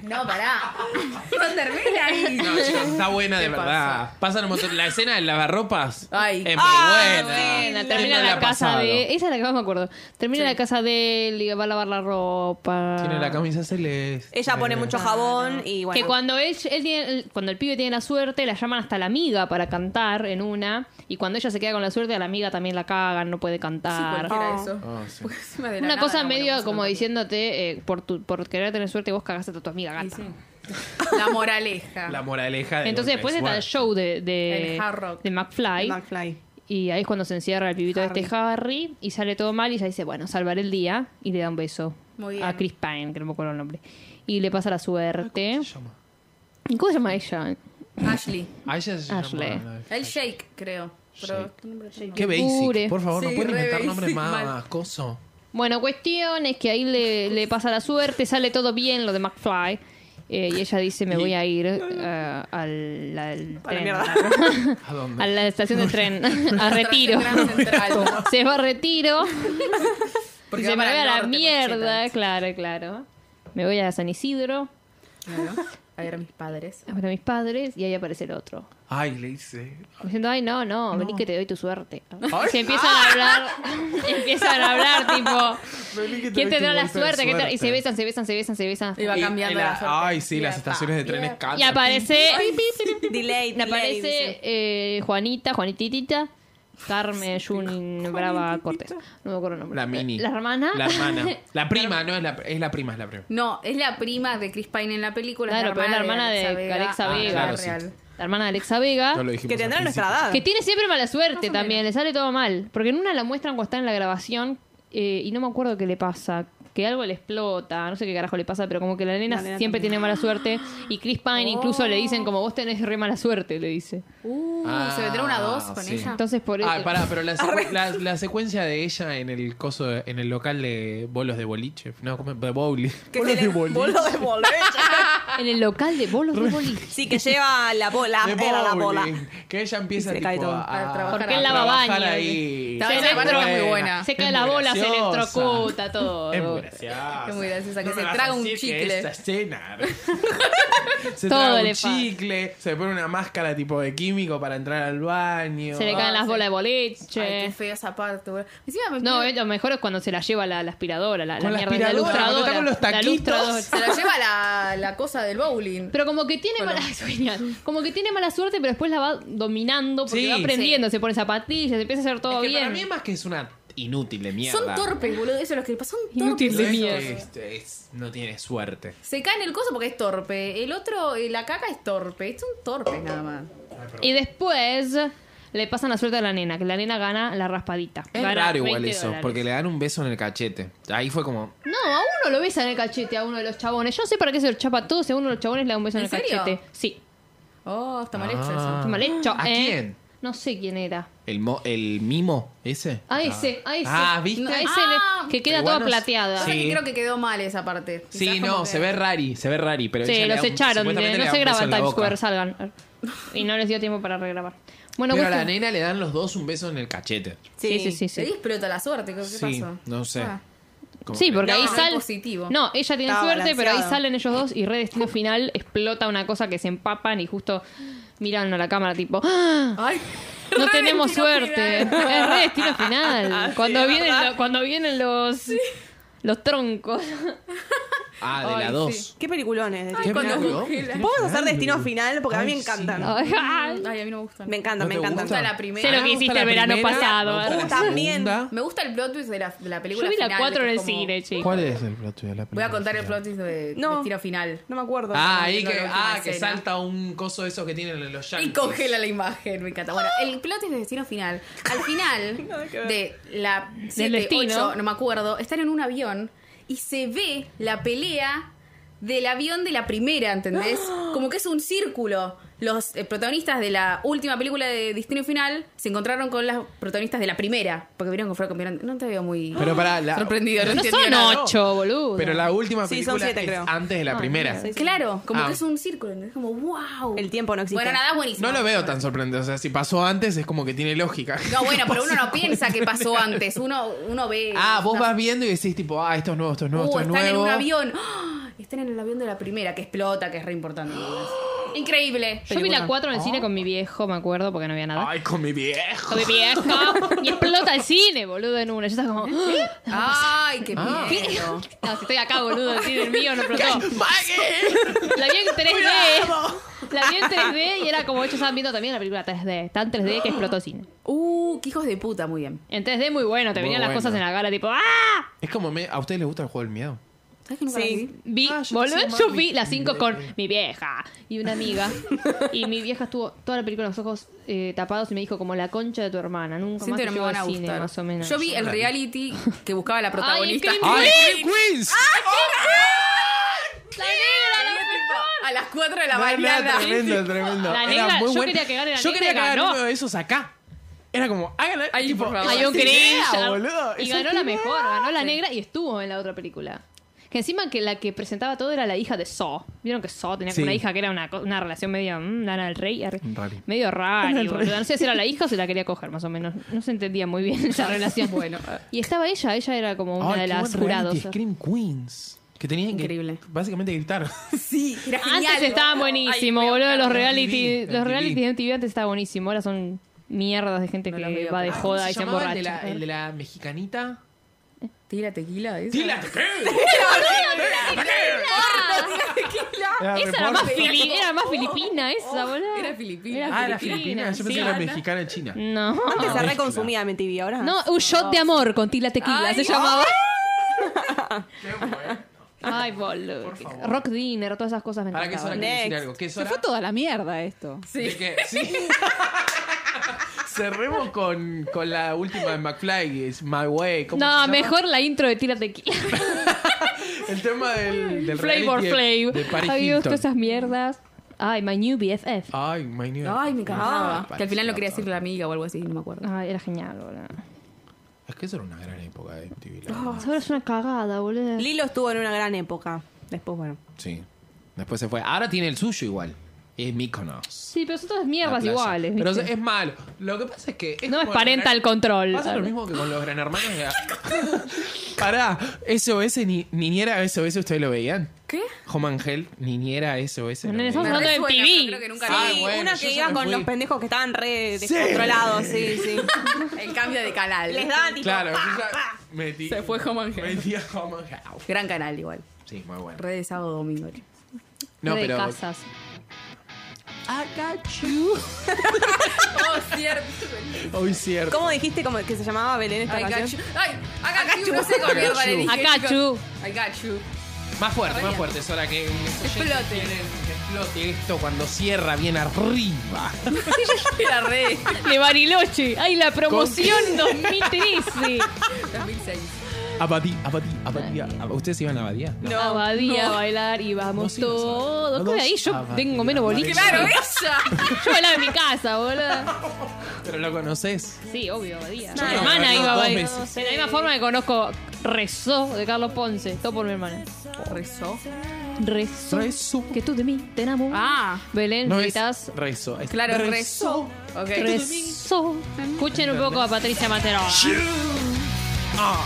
No, pará. No termina ahí.
No, chicos, está buena de
¿Qué
verdad. Pasan un montón. La escena de lavarropas
Ay.
es muy
Ah,
buena.
Buena,
¿Quién
termina
no
en
le
la
ha
casa
pasado?
de. Esa es la que más me acuerdo. Termina en la casa de él y va a lavar la ropa.
Tiene la camisa celeste.
Ella pone mucho jabón y bueno.
Que cuando él, él tiene- el- cuando el pibe tiene la suerte, la llaman hasta la amiga para cantar en una. Y cuando ella se queda con la suerte, a la amiga también la cagan, no puede cantar.
Cualquiera eso.
Ah, sí.
Pues, encima de la
una
nada,
cosa
no,
medio
bueno,
como
no.
diciéndote, eh, por, tu, por querer tener suerte, vos cagaste a tu amiga
Y
gata.
sí. La moraleja.
La moraleja de
Entonces después está el show de, de,
El Hard Rock.
de McFly.
McFly.
Y ahí es cuando se encierra el pibito de este Harry y sale todo mal y ya dice, bueno, salvaré el día y le da un beso
Muy bien.
a Chris Pine, que no me acuerdo el nombre. Y le pasa la suerte.
¿Cómo se llama?
¿Y ¿Cómo se llama ella?
Ashley.
A ella se
Ashley.
llama-
El Shake, creo. Pero,
Shake.
¿qué nombre es Shake?
Qué basic,
Pure.
por favor, no
Sí,
pueden
re
inventar
basic,
nombres más
mal.
coso.
Bueno, cuestión es que ahí le, le pasa la suerte, sale todo bien lo de McFly. eh, y ella dice, me voy a ir eh, al, al
A la
tren,
mierda.
¿A dónde?
a la estación de tren, a retiro.
Gran Central.
Se va a retiro.
Porque
Dice,
va
me
para
voy a
el
la
norte,
mierda,
Conchita.
claro, claro. Me voy a San Isidro,
Claro. A ver a mis padres.
a ver a mis padres y ahí aparece el otro.
Ay, le hice.
Diciendo, ay, no, no, vení que te doy tu suerte. Y se empiezan a hablar, empiezan a hablar, tipo,
Vení que te
¿quién
doy
tendrá
tu
la
bolsa de
suerte? ¿Quién tendrá-? Y se
suerte. Eh,
besan, se besan, se besan, se besan.
Y va
Y-
cambiando
y la-
la suerte.
Ay, sí, las estaciones de trenes
Y
cantan.
aparece,
delay,
y
delay,
aparece
dice.
eh, Juanita, Juanititita, Carmen, Junin, Brava, Cortés. No me acuerdo el nombre.
La mini.
La hermana.
La hermana. La prima, no es la, es la prima, es la prima.
No, es la prima de Chris Pine en la película.
Claro, pero es la hermana de Alexa
Ah,
Vega.
claro,
sí.
real.
La hermana de Alexa Vega.
No lo dijimos
Que
al
tendrá nuestra
principio.
edad.
Que tiene siempre mala suerte también, le sale todo mal. Porque en una la muestran cuando está en la grabación eh, y no me acuerdo qué le pasa. Que algo le explota, no sé qué carajo le pasa, pero como que la nena, Oh.
La nena
siempre tiene mala suerte. Y Chris Pine incluso le dicen como vos tenés re mala suerte, le dice.
Uh, se vendrá una dos con
sí.
ella.
Entonces por eso...
Ah, pará, pero la, secue- la, la secuencia de ella en el coso, de- en el local de bolos de boliche. No, ¿cómo es? de bowling.
Que
bolos
se le-
de boliche.
Bolo de boliche.
En el local de bolos de boliche.
Sí, que lleva la bola.
De
Era la bola.
bowling. Que ella empieza
Y se
tipo,
cae todo.
a,
A trabajar.
Porque él
a
lava
trabajar
baños.
ahí.
Está
Se
buena,
le-
parte es muy buena.
Se
Es
cae la
muy
bola, se
graciosa.
electrocuta, todo.
Es muy graciosa.
Es muy graciosa, que
No
se
me vas
traga
a
un
decir que
chicle.
esa escena. se
Todo
traga un
le pasa.
chicle, se pone una máscara tipo de químico para entrar al baño.
Se le caen las bolas de
Ay, qué
boliche.
feo esa parte. boludo. Encima me
No,
pido-
eh, lo mejor es cuando se la lleva la, la aspiradora, la, la
Con la
mierda, la
aspiradora, cuando
lustradora.
está con los
la
taquitos.
lustradora.
se la lleva la, la cosa del bowling.
Pero como que tiene mala suerte, como que tiene mala suerte, pero después la va dominando porque
Sí.
va aprendiendo, se pone zapatillas, empieza a hacer todo
Es que
bien.
para mí es más que es una inútil de mierda.
Son torpes, boludo. Eso es lo que le pasa. Son
Inútil
torpes.
de
No es que
mierda.
es- es- no tiene suerte.
Se cae en el coso porque es torpe. El otro, eh, la caca es torpe. Son torpes nada más.
Y después le pasan la suerte a la nena, que la nena gana la raspadita.
Es
Gana
raro igual
20
eso,
dólares.
porque le dan un beso en el cachete. Ahí fue como.
No, a uno lo besa en el cachete, a uno de los chabones. Yo no sé para qué se lo chapa a todos, si a uno de los chabones le da un beso en,
¿En
el
serio?
cachete. Sí.
Oh, está mal hecho
Ah.
eso.
Está mal hecho,
¿A
¿eh?
quién?
No sé quién era.
¿El, mo- el mimo ese?
A ese, a ese.
Ah, ¿viste?
A ese
Ah,
le- que queda
igual
toda
no-
plateada.
Yo
Sí.
creo que quedó mal esa parte. Quizás
Sí,
como
no,
que-
se ve rari, se ve rari, pero
Sí,
ella le
los
da un-
echaron.
supuestamente
eh,
le
no
da
se
un beso
graba en
en la
Times
boca.
Square, salgan. Y no les dio tiempo para regrabar. Bueno,
Pero a la
cuestión-
nena le dan los dos un beso en el cachete.
Sí, sí, sí. sí.
Ahí explota la suerte, ¿qué, qué
Sí,
pasó?
no sé.
Ah.
Como
Sí,
que-
porque
No,
ahí
no es
sale.
positivo.
No, ella tiene
Está
suerte, pero ahí
balanceado.
salen ellos dos y Red Destino Final explota una cosa que se empapan y justo miran a la cámara, tipo. ¡Ah!
Ay,
No
re
tenemos
destino
suerte.
final.
Es Red Destino Final. cuando,
es
vienen
verdad.
lo- cuando vienen los. Los troncos.
Ah, de
Ay,
la
sí.
dos.
Qué peliculones.
Ay, cuando
película?
congela.
Vamos a hacer destino final porque a mí me encantan.
Ay, ay.
Ay, a mí no me gustan.
Me encantan,
¿No
me
te
encantan.
gusta? la primera.
Sé lo
Ah,
que
me
hiciste
gusta
el
la
verano
primera,
pasado.
me gusta la
Uh, también.
segunda.
Me gusta el plot twist de la, de la película
Yo vi la
final,
4
que
en el
es como-
cine, chicos.
¿Cuál es el plato de la
Voy
película?
a contar el plot twist de
No.
destino final.
No me acuerdo.
Ah, ahí que,
Viendo la última
ah, que
escena.
salta un coso de esos que tienen los yankees.
Y congela la imagen, me encanta. Bueno, el plot es de destino final. Al final
Nada que ver.
de la 7,
destino.
8, no me acuerdo, están en un avión y se ve la pelea del avión de la primera, ¿entendés? Como que es un círculo. Los eh, protagonistas de la última película de Destino Final se encontraron con las protagonistas de la primera. Porque vieron que fueron con- No te veo muy
Pero para la...
sorprendido. No,
No
entendí
son
nada. Ah,
ocho, boludo.
Pero la última
Sí,
película
son siete,
es
creo.
antes de la primera.
mira, sí,
Claro, como
Ah.
que es un círculo. ¿entendés? Como, wow.
El tiempo no existe.
Bueno, nada, buenísimo.
No lo veo tan sorprendente. O sea, si pasó antes es como que tiene lógica.
No, bueno, pero uno no piensa que pasó antes. Uno, uno ve.
Eh,
Ah, vos
no.
vas viendo y decís tipo, ah, esto es nuevo, esto es nuevo,
Uh,
esto es
están
nuevo.
en un avión. ¡Ah! Están en el avión de la primera, que explota, que es re importante. Increíble.
Yo vi la 4 en el cine con mi viejo, me acuerdo, porque no había nada.
Ay, con mi viejo.
Con mi viejo. Y explota el cine, boludo, en una. Yo estaba como. ¡ah!
Ay, qué
Ah.
miedo.
No, si estoy acá, boludo, el cine el mío no explotó.
¡Maggie!
La vi en 3D. La vi en 3D y era como ellos estaban viendo también la película 3D. Está en 3D que explotó cine.
Uh, qué hijos de puta, muy bien.
En 3D muy bueno, te
Muy
venían
bueno.
las cosas en la cara tipo ¡Ah!
Es como, me- ¿a ustedes les gusta el juego del miedo?
¿Sabes que nunca
Sí.
la vi?
Vi,
Ah, yo
boludo,
pensé
yo
más
vi
vi-
las 5 con mi vieja y una amiga. Y mi vieja estuvo toda la película con los ojos eh, tapados y me dijo como la concha de tu hermana. Nunca
Siento que no
más te
me
llevo
van a
al cine,
gustar.
más o menos.
Yo vi el reality que buscaba la protagonista. ¡Ah!
Ay,
¡Ay,
¡Queen!
Queen Queens!
Ah, ¡La negra, la
A las 4 de la
No,
mañana.
era tremendo, tremendo.
La
Era
negra-
muy
yo
bueno.
quería que gane la
Yo
negra
quería
y
que ganara
ganó.
uno de esos acá. Era como, háganla.
Ay, por favor.
Hay un
esa idea,
cringe.
boludo,
Y
esa
ganó la
idea.
mejor, ganó la negra y estuvo en la otra película. Que encima que la que presentaba todo era la hija de Saw. Vieron que Saw tenía como
Sí.
una hija que era una, co- una relación medio mm, Lana del Rey. arre-
Rari.
Medio rara. No sé si era la hija o se la quería coger, más o menos. No se entendía muy bien esa relación.
Bueno.
Y estaba ella, ella era como una
Ay,
de
qué
las
buen reality,
jurados.
Scream Queens. Que tenían
Increíble.
que básicamente gritar.
Sí, era genial.
Antes estaban buenísimos, boludo. Los reality,
MTV,
los
MTV.
reality de MTV antes estaban buenísimos. Ahora son mierdas de gente
No los
que
veo,
va de
pero-
joda y se
llamaba el de
emborracha.
la, el de la mexicanita?
Tira tequila. esa.
¡Tila!
Esa era más, fili- era más filipina, esa, boludo.
Era filipina.
Ah, era filipina. Yo pensé que era mexicana y china.
No.
Antes se
Ah, mezcla.
reconsumía MTV, ahora.
Ah, No, un shot de amor con Tila Tequila se llamaba. Ay, boludo. Rock dinner, todas esas cosas me
Para que Sora
encantaban.
quiere decir
Next.
algo. ¿Qué
Se
Sora?
fue toda la mierda esto.
De que- sí. Cerremos con, con la última de McFly, es My Way. ¿cómo se
No,
llama?
mejor la intro de Tila Tequila.
El tema del, del
Flavor
reality
Flav.
De, de Paris
Había
Hilton.
todas esas mierdas. Ay, my new BFF.
Ay, my new.
Ay, me encantaba.
Ah,
que al final lo
parecía
quería decir la amiga o algo así, no me acuerdo.
Ay, era genial, boludo.
Es que eso era una gran época de MTV. la verdad.
Ahora es una cagada, boludo.
Lilo estuvo en una gran época. Después, bueno.
Sí. Después se fue. Ahora tiene el suyo igual. Es Mykonos.
Sí, pero son todas
la
mierdas
playa.
iguales.
Pero
¿viste?
es malo. Lo que pasa es que. es
No es
como
parenta
el
al control.
Pasa lo mismo que con los gran hermanos de. Pará, SOS, ni, niñera SOS, ¿ustedes lo veían?
¿Qué?
Home Angel, niñera SOS. ¿lo
No,
veían?
estamos
Me
hablando de
resuena, pero creo que
MTV.
nunca
Ah,
Sí,
bueno,
una
yo
que
ya
iba
me
con
fui.
los pendejos que estaban re
Sí.
descontrolados, sí, sí.
vi. El cambio de canal.
Les daba tipo.
Claro,
¡pa!
yo ya metí.
Se fue Home Angel.
Metí a Home Angel.
Gran canal igual.
Sí, muy bueno.
Red de sábado domingo.
No,
de
pero.
casas.
Oh, cierto.
Hoy cierto.
¿Cómo dijiste como que se llamaba Belén esta
I got you.
canción?
Ay, I got you. No sé
I
con
got
mierda le
you.
dije.
I got
chicos.
you.
I got you.
Más fuerte, más fuerte, es hora que.
Explote.
Que explote esto cuando cierra bien arriba.
Era re
De Bariloche. Ay, la promoción 2013.
2006.
Abadí, abadí, abadía. Ab- ¿Ustedes iban a abadía?
No.
Abadía a bailar y
No,
vamos
sí, no sabe.
todos.
Todos
Estoy ahí, yo
abadía,
tengo menos boliche.
Claro, ella.
Yo bailaba en mi casa, boludo.
Pero lo conoces.
Sí, obvio, Abadía.
Yo
mi
no,
hermana
no,
iba a
dos
bailar.
veces.
De la misma forma que conozco Rezó de Carlos Ponce. Todo por mi hermana.
Rezó.
Rezo,
Rezo.
que tú de mí te enamoras.
Ah.
Belén,
No
gritas,
es rezo. es
Claro,
rezo.
rezo. Ok.
rezo. Escuchen un poco a Patricia Matero.
Ah.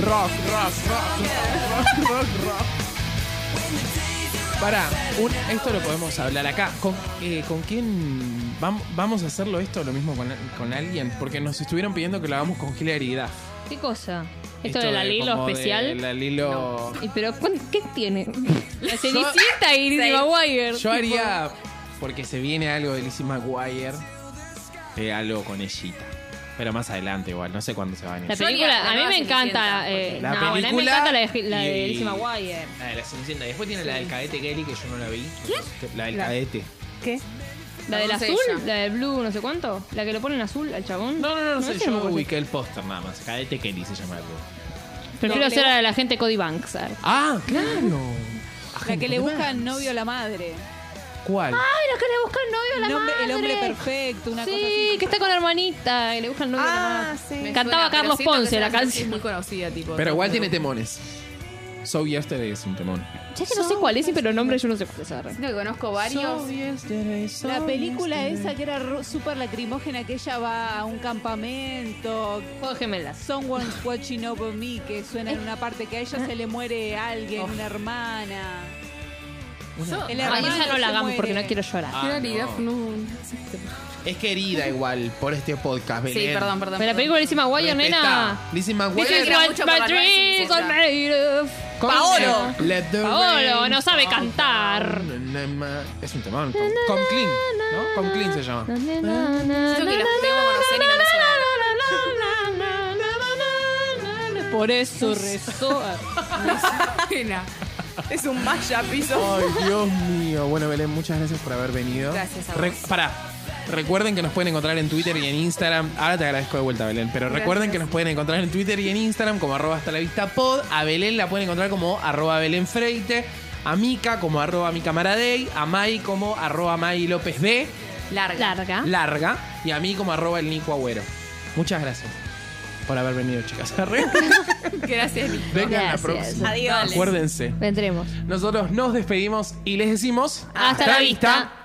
Rock, rock, rock, rock, rock, rock. Pará, un- esto lo podemos hablar acá. ¿Con, eh, ¿con quién vam- vamos a hacerlo esto lo mismo con, con alguien? Porque nos estuvieron pidiendo que lo hagamos con Hilary Duff.
¿Qué cosa? ¿Esto, de la Lilo
como
especial?
De la Lilo...
¿Y pero ¿cuán- qué tiene? La Cenicienta y Lizzie McGuire.
Yo haría, porque se viene algo de Lizzie McGuire, eh, algo con ellita. Pero más adelante igual, no sé cuándo se va a venir.
La
Yo haría
película,
la
a mí
nueva
me encanta.
Cenicienta,
eh,
La
no, bueno, a mí me
película
encanta la de, la de
y-
Lizzie McGuire.
La de la Cenicienta. Después tiene la del cadete Kelly, que yo no la vi. La del cadete.
¿Qué?
La del
La
azul,
doncella.
la del blue, no sé cuánto. La que lo ponen azul al chabón.
No, no, no, no sé.
ese
Yo
me
ubiqué el póster nada más. Cadete Kelly se llama el juego.
Prefiero ser a la gente Cody Banks. a ver.
¡Ah, claro!
La que le buscan novio a la madre.
¿Cuál?
Ay, la que le busca el novio a la
Nombre-
madre.
el hombre perfecto, una cosa
Sí,
así.
que está con la hermanita y le busca el novio a la
Ah,
madre.
sí.
Cantaba
pero
Carlos
siento que
Ponce
esa
la
canción
canción.
Es muy conocida, tipo.
Pero
todo
igual
el
tiene
mundo.
temones. So Yesterday es un temón.
Ya que no sé cuál es, pero el nombre yo no sé cuál es. a ver.
Siento que conozco varios.
La película esa que era ro- súper lacrimógena, que ella va a un campamento.
Juego de gemelas.
Someone's watching over me, que suena en una parte que a ella se le muere alguien, una hermana. El
Ay,
hermano
esa no la
se
hagamos porque
muere.
no quiero llorar.
Ah, Es querida igual por este podcast,
Sí,
Belén.
perdón, perdón.
Pero la película de Lizzie McGuire,
Respeta.
nena.
Lizzie
Lizzie
McGuire.
Era mucho por la
dreams
Advice,
are made of.
Paolo.
Paolo, no sabe cantar.
Es un temón. Con, con Clean, ¿no? Con Clean se llama.
Siento que las debo conocer y no me suena.
Por eso rezó.
ah.
Es un mashup, piso.
Ay, Dios mío. Bueno, Belén, muchas gracias por haber venido.
Gracias a vos.
Re- pará. Recuerden que nos pueden encontrar en Twitter y en Instagram. Ahora te agradezco de vuelta, Belén. Pero recuerden que nos pueden encontrar en Twitter y en Instagram como arroba hasta la vista pod. A Belén la pueden encontrar como arroba Belén Freite. A Mica como arroba mi camaradei. A Mai como arroba Mai López B.
Larga.
Larga.
Larga. Y a mí como arroba el Nico Agüero. Muchas gracias por haber venido, chicas.
Gracias, Nico.
Vengan la
Gracias.
próxima.
Adiós.
Acuérdense.
Vendremos.
Nosotros nos despedimos y les decimos
Hasta la vista.